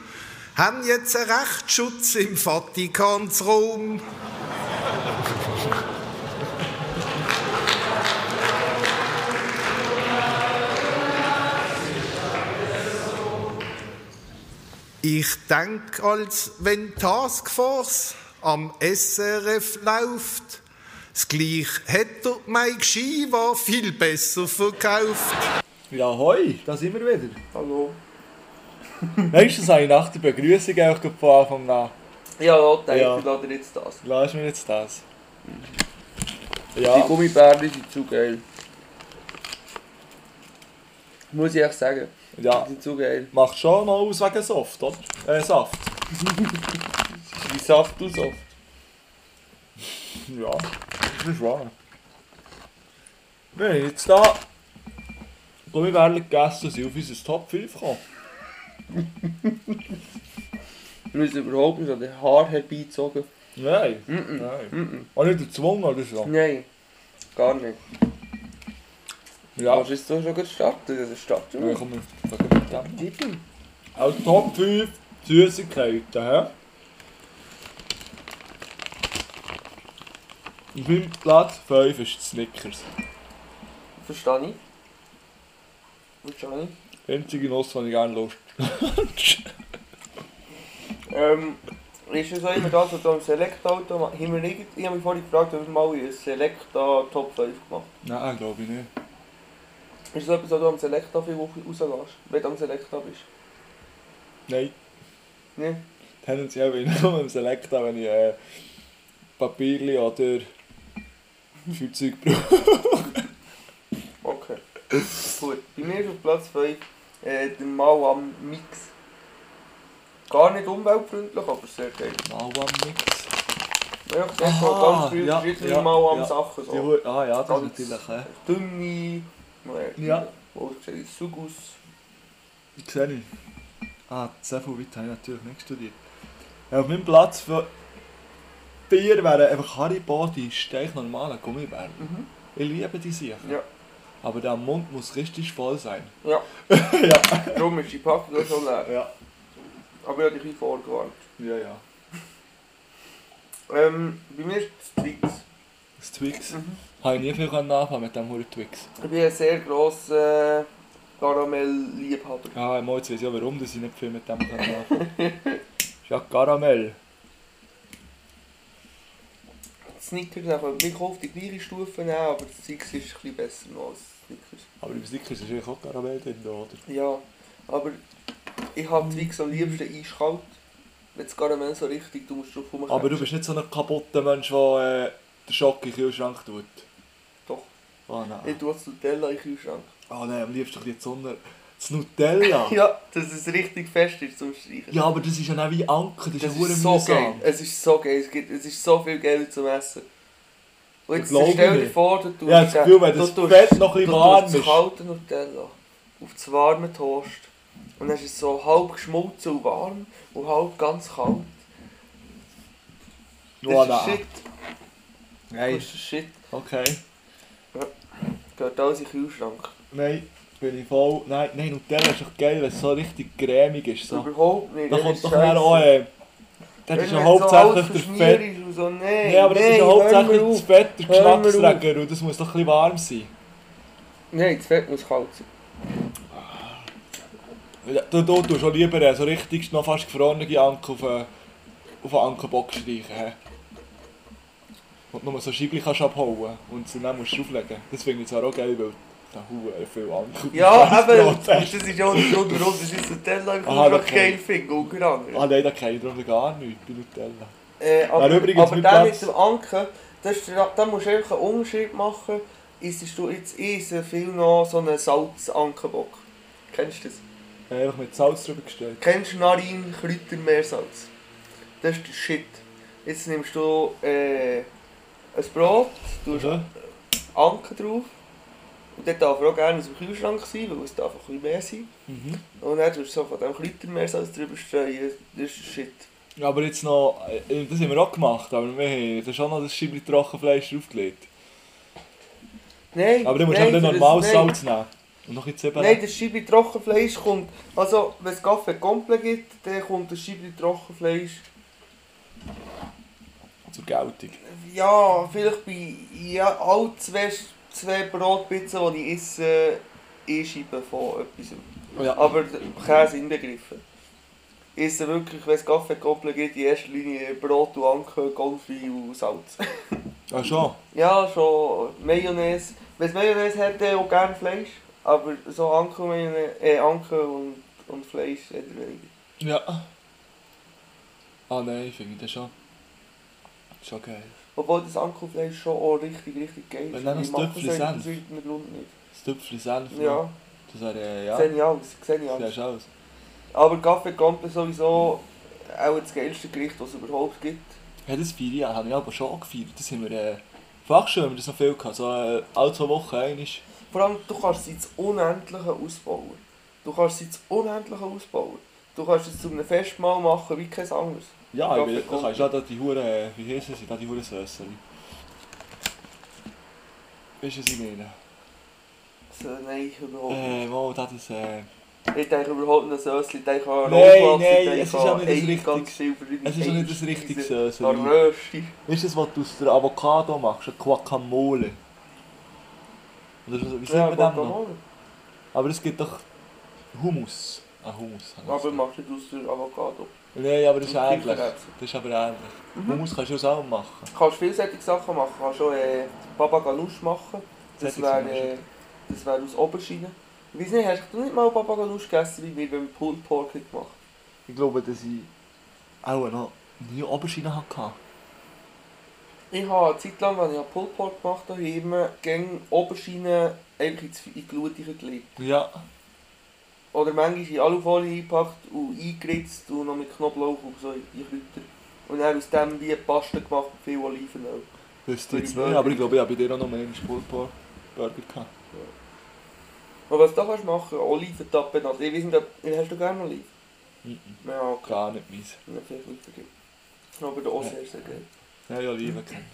[SPEAKER 5] haben jetzt einen Rechtsschutz im Vatikansrom. Ich denk, als wenn die Taskforce am SRF läuft, das gleich hätte er Mike Shiva viel besser verkauft.
[SPEAKER 4] Ja, hoi, da sind wir wieder.
[SPEAKER 3] Hallo.
[SPEAKER 4] Weißt du, das habe ich nach der Begrüßung auch gerade von Anfang an.
[SPEAKER 3] Ja, denke,
[SPEAKER 4] Ja.
[SPEAKER 3] ich lade jetzt das.
[SPEAKER 4] Lass mir jetzt das.
[SPEAKER 3] Die
[SPEAKER 4] Ja,
[SPEAKER 3] Gummibärchen sind zu geil. Muss ich echt sagen, die
[SPEAKER 4] ja.
[SPEAKER 3] sind zu geil.
[SPEAKER 4] Macht schon mal aus wegen Saft, oder? Äh, Saft.
[SPEAKER 3] Wie Saft aus oft.
[SPEAKER 4] Ja, das ist wahr. Wir haben jetzt da Gummibärchen gegessen und sind auf unser Top 5 gekommen.
[SPEAKER 3] Wir müssen überhaupt nicht an den Haar herbeizogen.
[SPEAKER 4] Nein, nein. Auch nicht gezwungen oder so.
[SPEAKER 3] Nein, gar nicht.
[SPEAKER 4] Ja,
[SPEAKER 3] Hast du jetzt doch schon gestartet? Das ist startet
[SPEAKER 4] wir
[SPEAKER 3] schon.
[SPEAKER 4] kommen mit dem. Also Top 5 Süßigkeiten, hä? Auf meinem Platz 5 ist die Snickers.
[SPEAKER 3] Verstehe ich. Verstehe ich.
[SPEAKER 4] Die einzige Nuss, die ich gerne lust.
[SPEAKER 3] Ähm, ist es auch immer das, was du im Select-Auto machst? Haben wir nicht- Ich habe mich vorhin gefragt, ob wir mal in Selecta Top 5 gemacht
[SPEAKER 4] Nein, glaube ich nicht.
[SPEAKER 3] haben. Ist das etwas, was du am Selecta für Woche rauslässt, wenn du am Selecta bist?
[SPEAKER 4] Nein.
[SPEAKER 3] Nein.
[SPEAKER 4] Tendenziell bin ich nur im Selekta, wenn ich äh, Papierli oder Feuerzeug brauche.
[SPEAKER 3] Okay. Gut. Bei mir ist auf Platz 5 äh, der Mauam Mix. Gar nicht umweltfreundlich, aber sehr geil.
[SPEAKER 4] Mauer nix.
[SPEAKER 3] Ja, ich sehe schon
[SPEAKER 4] Ah,
[SPEAKER 3] ganz viele
[SPEAKER 4] ja,
[SPEAKER 3] verschiedene
[SPEAKER 4] ja,
[SPEAKER 3] Mauam
[SPEAKER 4] ja.
[SPEAKER 3] Sachen.
[SPEAKER 4] Die
[SPEAKER 3] So.
[SPEAKER 4] Hu- Ah ja, das
[SPEAKER 3] Ganz
[SPEAKER 4] ist natürlich. Äh.
[SPEAKER 3] dünne, äh,
[SPEAKER 4] Ja.
[SPEAKER 3] wo ich sehe, Sugus.
[SPEAKER 4] Ich sehe nicht. Ah, so viel weit habe ich natürlich nicht studiert. Ja, auf meinem Platz für Bier wären einfach Haribo-Body, steich normale Gummibärchen.
[SPEAKER 3] Mhm.
[SPEAKER 4] Ich liebe die Sachen.
[SPEAKER 3] Ja.
[SPEAKER 4] Aber der Mund muss richtig voll sein. [LAUGHS]
[SPEAKER 3] Ja. Darum ist die Packung auch schon leer.
[SPEAKER 4] Ja,
[SPEAKER 3] Aber ich habe dich ein bisschen vorgewarnt.
[SPEAKER 4] ja, ja.
[SPEAKER 3] Ähm, bei mir ist es Twix.
[SPEAKER 4] Das Twix.
[SPEAKER 3] Mhm.
[SPEAKER 4] Habe ich nie viel können anfangen mit dem Huren Twix.
[SPEAKER 3] Ich bin ein sehr grosser Karamell-Liebhaber.
[SPEAKER 4] Ja, mal jetzt weiss ich auch warum, dass ich nicht viel mit dem kann anfangen
[SPEAKER 3] [LAUGHS]
[SPEAKER 4] kann. ist ja Karamell.
[SPEAKER 3] Snickers kann ich auf die gleiche Stufe nehmen, aber das Twix ist ein bisschen besser noch als Snickers.
[SPEAKER 4] Aber im Snickers ist eigentlich auch Karamell drin, oder?
[SPEAKER 3] Ja, aber ich habe Twix am liebsten eiskalt. Wenn das Karamell so richtig, du musst drauf rumkommen.
[SPEAKER 4] Aber du bist nicht so ein kaputter Mensch, der äh, den Schock in den Kühlschrank tut.
[SPEAKER 3] Doch.
[SPEAKER 4] Oh
[SPEAKER 3] Ich
[SPEAKER 4] nein.
[SPEAKER 3] tue das Nutella in den Kühlschrank.
[SPEAKER 4] Oh nein, am liebsten ein bisschen die Sonne. Das Nutella.
[SPEAKER 3] [LAUGHS] Ja, dass es richtig fest ist zum Streichen.
[SPEAKER 4] Ja, aber das ist ja nicht wie Anker, das,
[SPEAKER 3] das
[SPEAKER 4] ist ja
[SPEAKER 3] ist
[SPEAKER 4] ist
[SPEAKER 3] so
[SPEAKER 4] mühsam.
[SPEAKER 3] geil. Es ist so geil. Es, gibt, es ist so viel Geld zum Essen. Und jetzt
[SPEAKER 4] Ich glaube
[SPEAKER 3] stell dir
[SPEAKER 4] nicht.
[SPEAKER 3] vor, du tust
[SPEAKER 4] Ja, das Gefühl, wenn das Fett noch ein bisschen warm
[SPEAKER 3] Du
[SPEAKER 4] ist.
[SPEAKER 3] tust das kalte Nutella auf das warme Toast. Und dann ist es so halb geschmolzen und warm und halb ganz kalt. Das
[SPEAKER 4] Oh
[SPEAKER 3] ist
[SPEAKER 4] nein.
[SPEAKER 3] shit. Das
[SPEAKER 4] Nein.
[SPEAKER 3] ist shit.
[SPEAKER 4] Okay.
[SPEAKER 3] Gehört alles in den Kühlschrank.
[SPEAKER 4] Nein, bin ich voll. Nein, nein, Nutella ist doch geil, wenn es so richtig cremig ist. So.
[SPEAKER 3] Überhaupt nicht.
[SPEAKER 4] Da
[SPEAKER 3] das
[SPEAKER 4] kommt
[SPEAKER 3] ist
[SPEAKER 4] doch dann
[SPEAKER 3] scheisse.
[SPEAKER 4] auch. Äh, das
[SPEAKER 3] Wenn
[SPEAKER 4] ist ja
[SPEAKER 3] jetzt so alles
[SPEAKER 4] hauptsächlich der
[SPEAKER 3] verschmiert
[SPEAKER 4] Fett.
[SPEAKER 3] ist und So, nein,
[SPEAKER 4] Nein, aber das
[SPEAKER 3] nein,
[SPEAKER 4] ist ja
[SPEAKER 3] hör mir
[SPEAKER 4] hauptsächlich
[SPEAKER 3] auf.
[SPEAKER 4] das Fett, der
[SPEAKER 3] Hör mir auf.
[SPEAKER 4] Geschmacksträger. Und das muss doch ein bisschen warm sein.
[SPEAKER 3] Nein, das Fett muss kalt sein.
[SPEAKER 4] Ja, Du, du tust schon lieber äh, so richtig noch fast gefrorene Anker auf, äh, auf einen Ankerbock streichen. hä? Und nur so Scheibchen kannst abhauen und sie dann musst du auflegen. Das finde ich zwar auch geil, weil da huere viel Anker auf
[SPEAKER 3] Ja,
[SPEAKER 4] dem
[SPEAKER 3] eben,
[SPEAKER 4] Weißbrot
[SPEAKER 3] das
[SPEAKER 4] hast.
[SPEAKER 3] ist ja auch der Grund, warum das ist Nutella im
[SPEAKER 4] Aha,
[SPEAKER 3] Kühlschrank
[SPEAKER 4] Ah, okay.
[SPEAKER 3] geil finde, unter anderem.
[SPEAKER 4] Ah nein, da kenne ich darum gar nichts bei Nutella.
[SPEAKER 3] Äh, aber
[SPEAKER 4] Nein, übrigens
[SPEAKER 3] aber
[SPEAKER 4] mit
[SPEAKER 3] der
[SPEAKER 4] Platz.
[SPEAKER 3] mit dem Anken, das ist der- da musst du einfach einen Unterschied machen. Isst du jetzt isst du viel noch so einen Salzankenbock? Kennst du das?
[SPEAKER 4] Ich habe Äh, einfach mit Salz drüber gestellt.
[SPEAKER 3] Kennst du Narin, Kräuter, Meersalz? Das ist der Shit. Jetzt nimmst du äh, ein Brot, tust
[SPEAKER 4] Oder?
[SPEAKER 3] Anken drauf. Und dort darf er auch gerne aus dem Kühlschrank sein, weil es darf ein bisschen mehr sein.
[SPEAKER 4] Mhm.
[SPEAKER 3] Und dann tust du so von dem Kräutermeersalz drüber streuen. Das ist Shit.
[SPEAKER 4] Ja, Aber jetzt noch, äh, das haben wir auch gemacht, aber wir haben da schon noch das Scheibchen Trockenfleisch draufgelegt.
[SPEAKER 3] Nein,
[SPEAKER 4] Aber dann musst du
[SPEAKER 3] nein,
[SPEAKER 4] eben
[SPEAKER 3] für
[SPEAKER 4] normales
[SPEAKER 3] das-
[SPEAKER 4] Salz nehmen. Und noch ein bisschen Zwiebeln.
[SPEAKER 3] Nein, das Scheibe Trockenfleisch kommt. Also, wenn es Kaffee komplett gibt, dann kommt das Scheibe Trockenfleisch.
[SPEAKER 4] Zur Geltung.
[SPEAKER 3] Ja, vielleicht bei ja, all zwei, zwei Brotpizzen, die ich esse, ist Scheibe von etwas.
[SPEAKER 4] Ja.
[SPEAKER 3] Aber Käse inbegriffen. Ich esse wirklich, wenn es Kaffee komplett gibt, in erster Linie Brot und Anke, Konfi und Salz.
[SPEAKER 4] Ah schon?
[SPEAKER 3] Ja, schon Mayonnaise. Wenn es Mayonnaise hat, dann auch gerne Fleisch. Aber so Anke, und Mayonnaise, äh, Anke und, und Fleisch eher weniger.
[SPEAKER 4] Ja. Ah nein, finde ich das schon. Schon geil.
[SPEAKER 3] Obwohl das Ankelfleisch schon auch richtig, richtig geil ist.
[SPEAKER 4] Wenn dann
[SPEAKER 3] Und ich
[SPEAKER 4] noch
[SPEAKER 3] mag
[SPEAKER 4] das Töpfchen
[SPEAKER 3] das eigentlich
[SPEAKER 4] Senf.
[SPEAKER 3] aus irgendeinem Grund nicht.
[SPEAKER 4] Das Tüpfchen Senf. ne?
[SPEAKER 3] Ja,
[SPEAKER 4] Das wäre äh, ja.
[SPEAKER 3] ja. sehe ich alles, sehe ich
[SPEAKER 4] Das wäre
[SPEAKER 3] alles.
[SPEAKER 4] schon alles.
[SPEAKER 3] Aber Kaffee Camp ist sowieso auch das geilste Gericht, das es überhaupt gibt.
[SPEAKER 4] Ja, das feiere ich, auch. habe ich aber schon gefeiert. Das haben wir äh, fast schon, haben wir das noch viel gehabt. So äh, alle zwei Wochen einmal.
[SPEAKER 3] Vor allem, du kannst es ins Unendliche ausbauen. Du kannst es ins Unendliche ausbauen. Du kannst es zu einem Festmahl machen, wie kein anderes.
[SPEAKER 4] Ja, ich
[SPEAKER 3] Kaffee
[SPEAKER 4] will, da
[SPEAKER 3] kommt.
[SPEAKER 4] kannst du auch da die Huren, äh, wie heissen sie, da die Huren Sösseli. Weißt du, was ich meine?
[SPEAKER 3] So, Also, nein, überhaupt nicht.
[SPEAKER 4] Äh, mal, das ist äh...
[SPEAKER 3] Ich denke überhaupt nicht an Sösli, ich denke an
[SPEAKER 4] Nein,
[SPEAKER 3] Rollplatz,
[SPEAKER 4] nein,
[SPEAKER 3] ich denke
[SPEAKER 4] es ist auch nicht das
[SPEAKER 3] an Ei, ganz
[SPEAKER 4] Richtige.
[SPEAKER 3] viel verschiedene
[SPEAKER 4] Es ist auch nicht das richtige
[SPEAKER 3] Eispeisen, an
[SPEAKER 4] Sösseli.
[SPEAKER 3] Rösti.
[SPEAKER 4] Weißt du, das, was du aus der Avocado machst? Ein Guacamole. Oder so- wie sagt
[SPEAKER 3] Ja,
[SPEAKER 4] man das noch?
[SPEAKER 3] Guacamole.
[SPEAKER 4] Aber es gibt doch Hummus. Ah, Hummus. habe ich
[SPEAKER 3] Aber
[SPEAKER 4] gesagt.
[SPEAKER 3] machst du aus der Avocado.
[SPEAKER 4] Nein, aber das ist
[SPEAKER 3] Und
[SPEAKER 4] ähnlich. Das
[SPEAKER 3] Kichererbsen.
[SPEAKER 4] ist aber ähnlich. Hummus kannst du auch selber machen.
[SPEAKER 3] kannst vielseitige Sachen machen. Du kannst auch äh, Baba Ganoush machen. Das
[SPEAKER 4] Solche
[SPEAKER 3] wäre
[SPEAKER 4] Sachen
[SPEAKER 3] äh, das wär aus Oberschienen. Ich weiß nicht, hast du nicht mal Baba Ganoush gegessen, wie wir beim Pulled Pork haben gemacht
[SPEAKER 4] Ich glaube, dass ich auch noch nie Oberschienen hatte.
[SPEAKER 3] Ich habe eine Zeit lang, als ich Pulled Pork gemacht habe, habe ich immer gegen Oberschienen einfach ins- in die Glut gelegt.
[SPEAKER 4] Ja.
[SPEAKER 3] Oder manchmal in Alufolie eingepackt und eingeritzt und noch mit Knoblauch und so in die Kräuter. Und dann aus dem wie eine Paste gemacht mit viel Olivenöl.
[SPEAKER 4] Wüsste
[SPEAKER 3] Für
[SPEAKER 4] ich jetzt
[SPEAKER 3] die
[SPEAKER 4] nicht,
[SPEAKER 3] Burger.
[SPEAKER 4] aber ich glaube, ich habe bei dir auch noch mehr einen Spultburger gehabt.
[SPEAKER 3] Aber was du da kannst machen, Oliventappen. Also ich weiß nicht, ob, hast du gerne Oliven?
[SPEAKER 4] Mhm.
[SPEAKER 3] Ja, okay.
[SPEAKER 4] Gar nicht meins.
[SPEAKER 3] Ja, vielleicht nicht vergeben. Aber der Ossi ist sehr geil.
[SPEAKER 4] Ja, ja, Oliven kennen.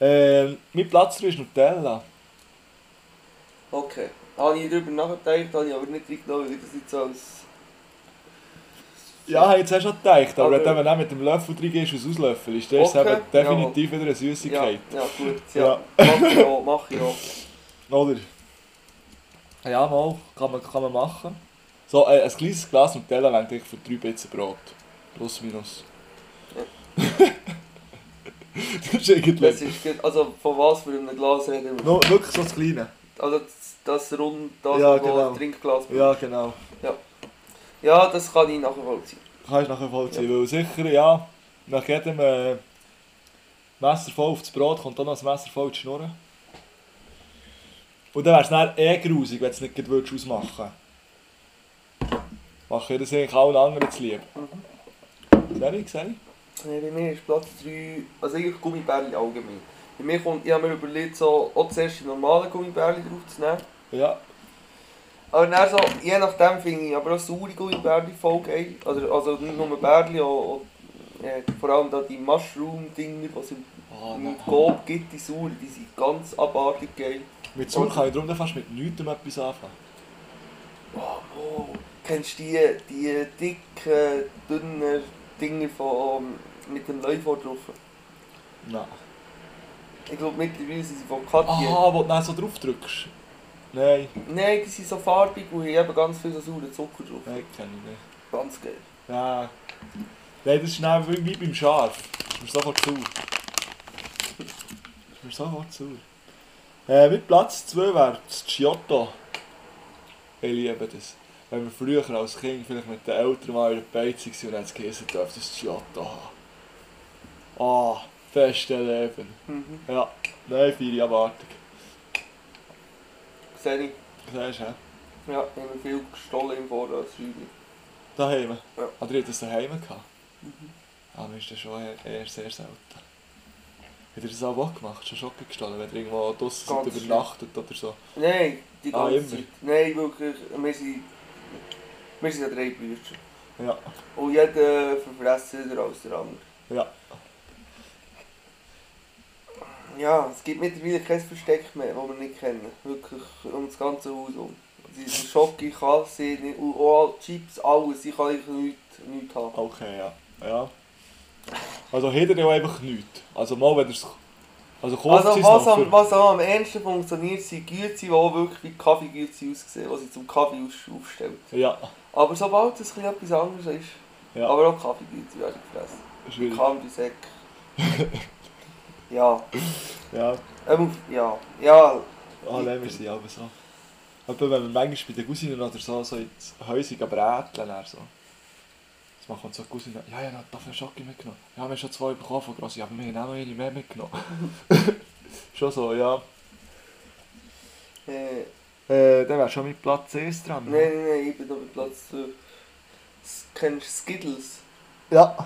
[SPEAKER 4] Ähm, mein Platz 3 ist Nutella.
[SPEAKER 3] Okay. Habe ich darüber nachgedacht, habe ich aber nicht drin genommen, weil ich das jetzt so als
[SPEAKER 4] Ja, jetzt hast du schon gedacht, aber
[SPEAKER 3] Aber-
[SPEAKER 4] wenn du eben auch mit dem Löffel drin gehst und es auslöffelst, dann ist es
[SPEAKER 3] Okay,
[SPEAKER 4] eben definitiv wieder eine Süßigkeit.
[SPEAKER 3] Ja, ja, gut,
[SPEAKER 4] Ja.
[SPEAKER 3] ja. Mach ich auch, mach
[SPEAKER 4] [LAUGHS]
[SPEAKER 3] ich auch.
[SPEAKER 4] Oder? Ja, mal, kann man, kann man machen. So, äh, ein kleines Glas Nutella reicht eigentlich für drei Bitzen Brot. Plus minus. [LAUGHS] das ist
[SPEAKER 3] Das
[SPEAKER 4] irgendwie...
[SPEAKER 3] ist gut. Also von was für einem Glas reden wir?
[SPEAKER 4] No, wirklich so das Kleine.
[SPEAKER 3] Also das, das rund, das
[SPEAKER 4] Ja,
[SPEAKER 3] wo
[SPEAKER 4] genau.
[SPEAKER 3] Trinkglas.
[SPEAKER 4] Ja, genau.
[SPEAKER 3] ja, das kann ich nachvollziehen.
[SPEAKER 4] Kannst nachher vollziehen, weil sicher, ja, nach jedem äh, Messer voll auf das Brot kommt dann noch ein Messer voll zu schnurren. Und dann wär's dann eh grusig, wenn du es nicht gleich würdest ausmachen würdest. Mache ich das eigentlich allen anderen zu lieb. Sehr ich gesehen.
[SPEAKER 3] Nee, bei mir ist Platz 3, also eigentlich Gummibärli allgemein. Bei mir kommt, ich habe mir überlegt, so, auch zuerst die normalen Gummibärli draufzunehmen.
[SPEAKER 4] Ja,
[SPEAKER 3] Aber dann so, je nachdem finde ich aber auch saure Gummibärli voll geil. Also, also nicht nur Bärli, auch, auch, äh, vor allem da die Mushroom-Dinger, die es im,
[SPEAKER 4] Ah,
[SPEAKER 3] im Coop gibt, die sauren, die sind ganz abartig geil.
[SPEAKER 4] mit Zucker kann ich darum dann fast mit nichts etwas anfangen.
[SPEAKER 3] Oh, kennst du die, die dicken, dünnen Dinger von, ähm, mit dem Läufer drauf?
[SPEAKER 4] Nein.
[SPEAKER 3] Ich glaube mittlerweile sind sie von Katja.
[SPEAKER 4] Ah, wo du dann so drauf drückst. Nein,
[SPEAKER 3] Nein, die sind so farbig und haben eben ganz viel so sauren Zucker drauf.
[SPEAKER 4] nein, kenne ich nicht.
[SPEAKER 3] Ganz geil.
[SPEAKER 4] Nein. Nein, das ist dann wie beim Schaf. Das ist mir sofort sauer. Das ist mir sofort sauer. Äh, mit Platz 2 wäre das Giotto. Ich liebe das. Wenn wir früher als Kind vielleicht mit den Eltern mal in der Beizung waren und dann gegessen dürfen, das Giotto haben. Ah, beste Leben.
[SPEAKER 3] Mhm.
[SPEAKER 4] Ja, nein, feiere Erwartung.
[SPEAKER 3] Sehe ich.
[SPEAKER 4] Siehst du, hä?
[SPEAKER 3] Ja, haben wir viel gestohlen im Vorratsräumchen.
[SPEAKER 4] Daheim?
[SPEAKER 3] Ja. Mhm.
[SPEAKER 4] Oder ihr habt das daheim gehabt? Aber ist das schon eher, eher sehr selten. Habt ihr das auch auch gemacht? Schon Schocken gestohlen, wenn ihr irgendwo draussen seid,
[SPEAKER 3] Ganz
[SPEAKER 4] übernachtet oder so?
[SPEAKER 3] Nein, die
[SPEAKER 4] Ah,
[SPEAKER 3] ganze
[SPEAKER 4] immer.
[SPEAKER 3] Zeit. Nein, wirklich. Wir sind, wir sind ja drei Brüder.
[SPEAKER 4] Ja.
[SPEAKER 3] Und jeder verfressen als der andere.
[SPEAKER 4] Ja.
[SPEAKER 3] Ja, es gibt mittlerweile kein Versteck mehr, das wir nicht kennen. Wirklich um das ganze Haus um. Diese Schocke, Kasse, nicht- und auch alle Chips, alles. Ich kann eigentlich nichts, nichts haben.
[SPEAKER 4] Okay, ja. Ja. Also habt ihr ja einfach nichts. Also mal, wenn ihr es... Also kauft
[SPEAKER 3] Also
[SPEAKER 4] es noch
[SPEAKER 3] was am,
[SPEAKER 4] für-
[SPEAKER 3] was auch am ehesten funktioniert, sind Gürze, die auch wirklich wie Kaffeegürze aussehen, die sie zum Kaffee aus- aufstellen.
[SPEAKER 4] Ja.
[SPEAKER 3] Aber sobald es ein bisschen etwas anderes ist,
[SPEAKER 4] Ja.
[SPEAKER 3] aber auch Kaffeegürze werden gefressen.
[SPEAKER 4] Schwierig.
[SPEAKER 3] Kam die Säck.
[SPEAKER 4] [LAUGHS]
[SPEAKER 3] ja,
[SPEAKER 4] Ja.
[SPEAKER 3] ähm, ja, ja,
[SPEAKER 4] Ah, nein, wir sind aber so. Aber wenn wir manchmal bei den Cousinen oder so, so ins Häusige Bräteln dann so. Das machen so die Cousinen. Ja, ja, da haben Schocke mitgenommen. Ja, wir haben schon zwei bekommen von Grossi, aber wir haben auch noch eine mehr [LAUGHS] mitgenommen. schon so, ja.
[SPEAKER 3] äh,
[SPEAKER 4] Äh, dann wäre schon mit Platz 1 dran. ne?
[SPEAKER 3] nein, nein, nein, ich bin noch bei Platz 2. Kennst du Skittles?
[SPEAKER 4] Ja,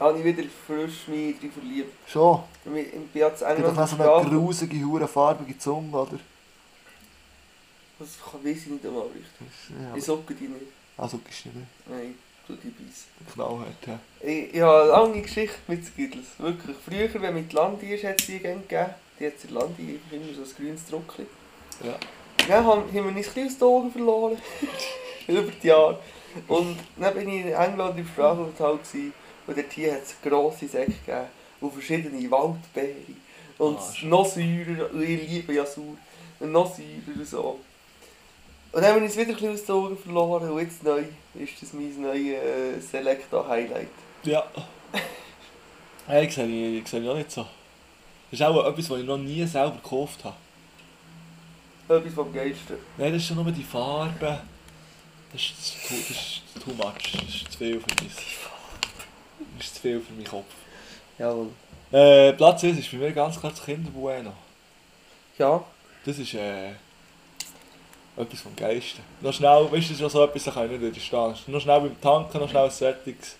[SPEAKER 3] Habe ich wieder frisch mich drin verliebt.
[SPEAKER 4] schon.
[SPEAKER 3] Ich ich bin ja zu
[SPEAKER 4] Gibt doch
[SPEAKER 3] England
[SPEAKER 4] noch so eine
[SPEAKER 3] gegangen.
[SPEAKER 4] grusige, hure farbige Zunge, oder?
[SPEAKER 3] Das weiß ich nicht einmal richtig.
[SPEAKER 4] Ja,
[SPEAKER 3] Ich socke die nicht.
[SPEAKER 4] also ist nicht
[SPEAKER 3] Nein, tu die beißen.
[SPEAKER 4] knallhart. Ja.
[SPEAKER 3] Ich, ich habe eine lange Geschichte mit Skittles. Wirklich. Früher, wenn mit Landi ist, hat es die gerne gegeben. Die hat es in Landi immer so ein grünes Druckchen.
[SPEAKER 4] Ja.
[SPEAKER 3] Dann haben, haben wir uns ein bisschen aus den Augen verloren. [LAUGHS] Über die Jahre. Und dann bin ich in England im Sprachental gewesen. und dort hier hat es grosse Säcke gegeben. Und verschiedene Waldbeeren. Und
[SPEAKER 4] Ah, schön.
[SPEAKER 3] noch säurer, und ich liebe ja sauer. Und noch säurer und so. Und dann haben wir uns wieder ein bisschen aus den Augen verloren und jetzt neu ist das mein neues äh, Selecta Highlight.
[SPEAKER 4] Ja. Hey, ich sehe ich sehe auch nicht so. Das ist auch etwas, was ich noch nie selber gekauft habe.
[SPEAKER 3] Etwas vom Geilsten.
[SPEAKER 4] Nein, das ist schon nur die Farbe. Das ist zu, das ist too much. Das ist zu viel für mich. Das ist zu viel für meinen Kopf.
[SPEAKER 3] Jawohl.
[SPEAKER 4] Äh, Platz 1 ist bei mir ganz klar das Kinderbueno.
[SPEAKER 3] Ja.
[SPEAKER 4] Das ist äh, etwas vom Geisten. Noch schnell, weißt du, das ist ja so etwas, da kann ich nicht widerstehen. Noch schnell beim Tanken, noch schnell ein Settings.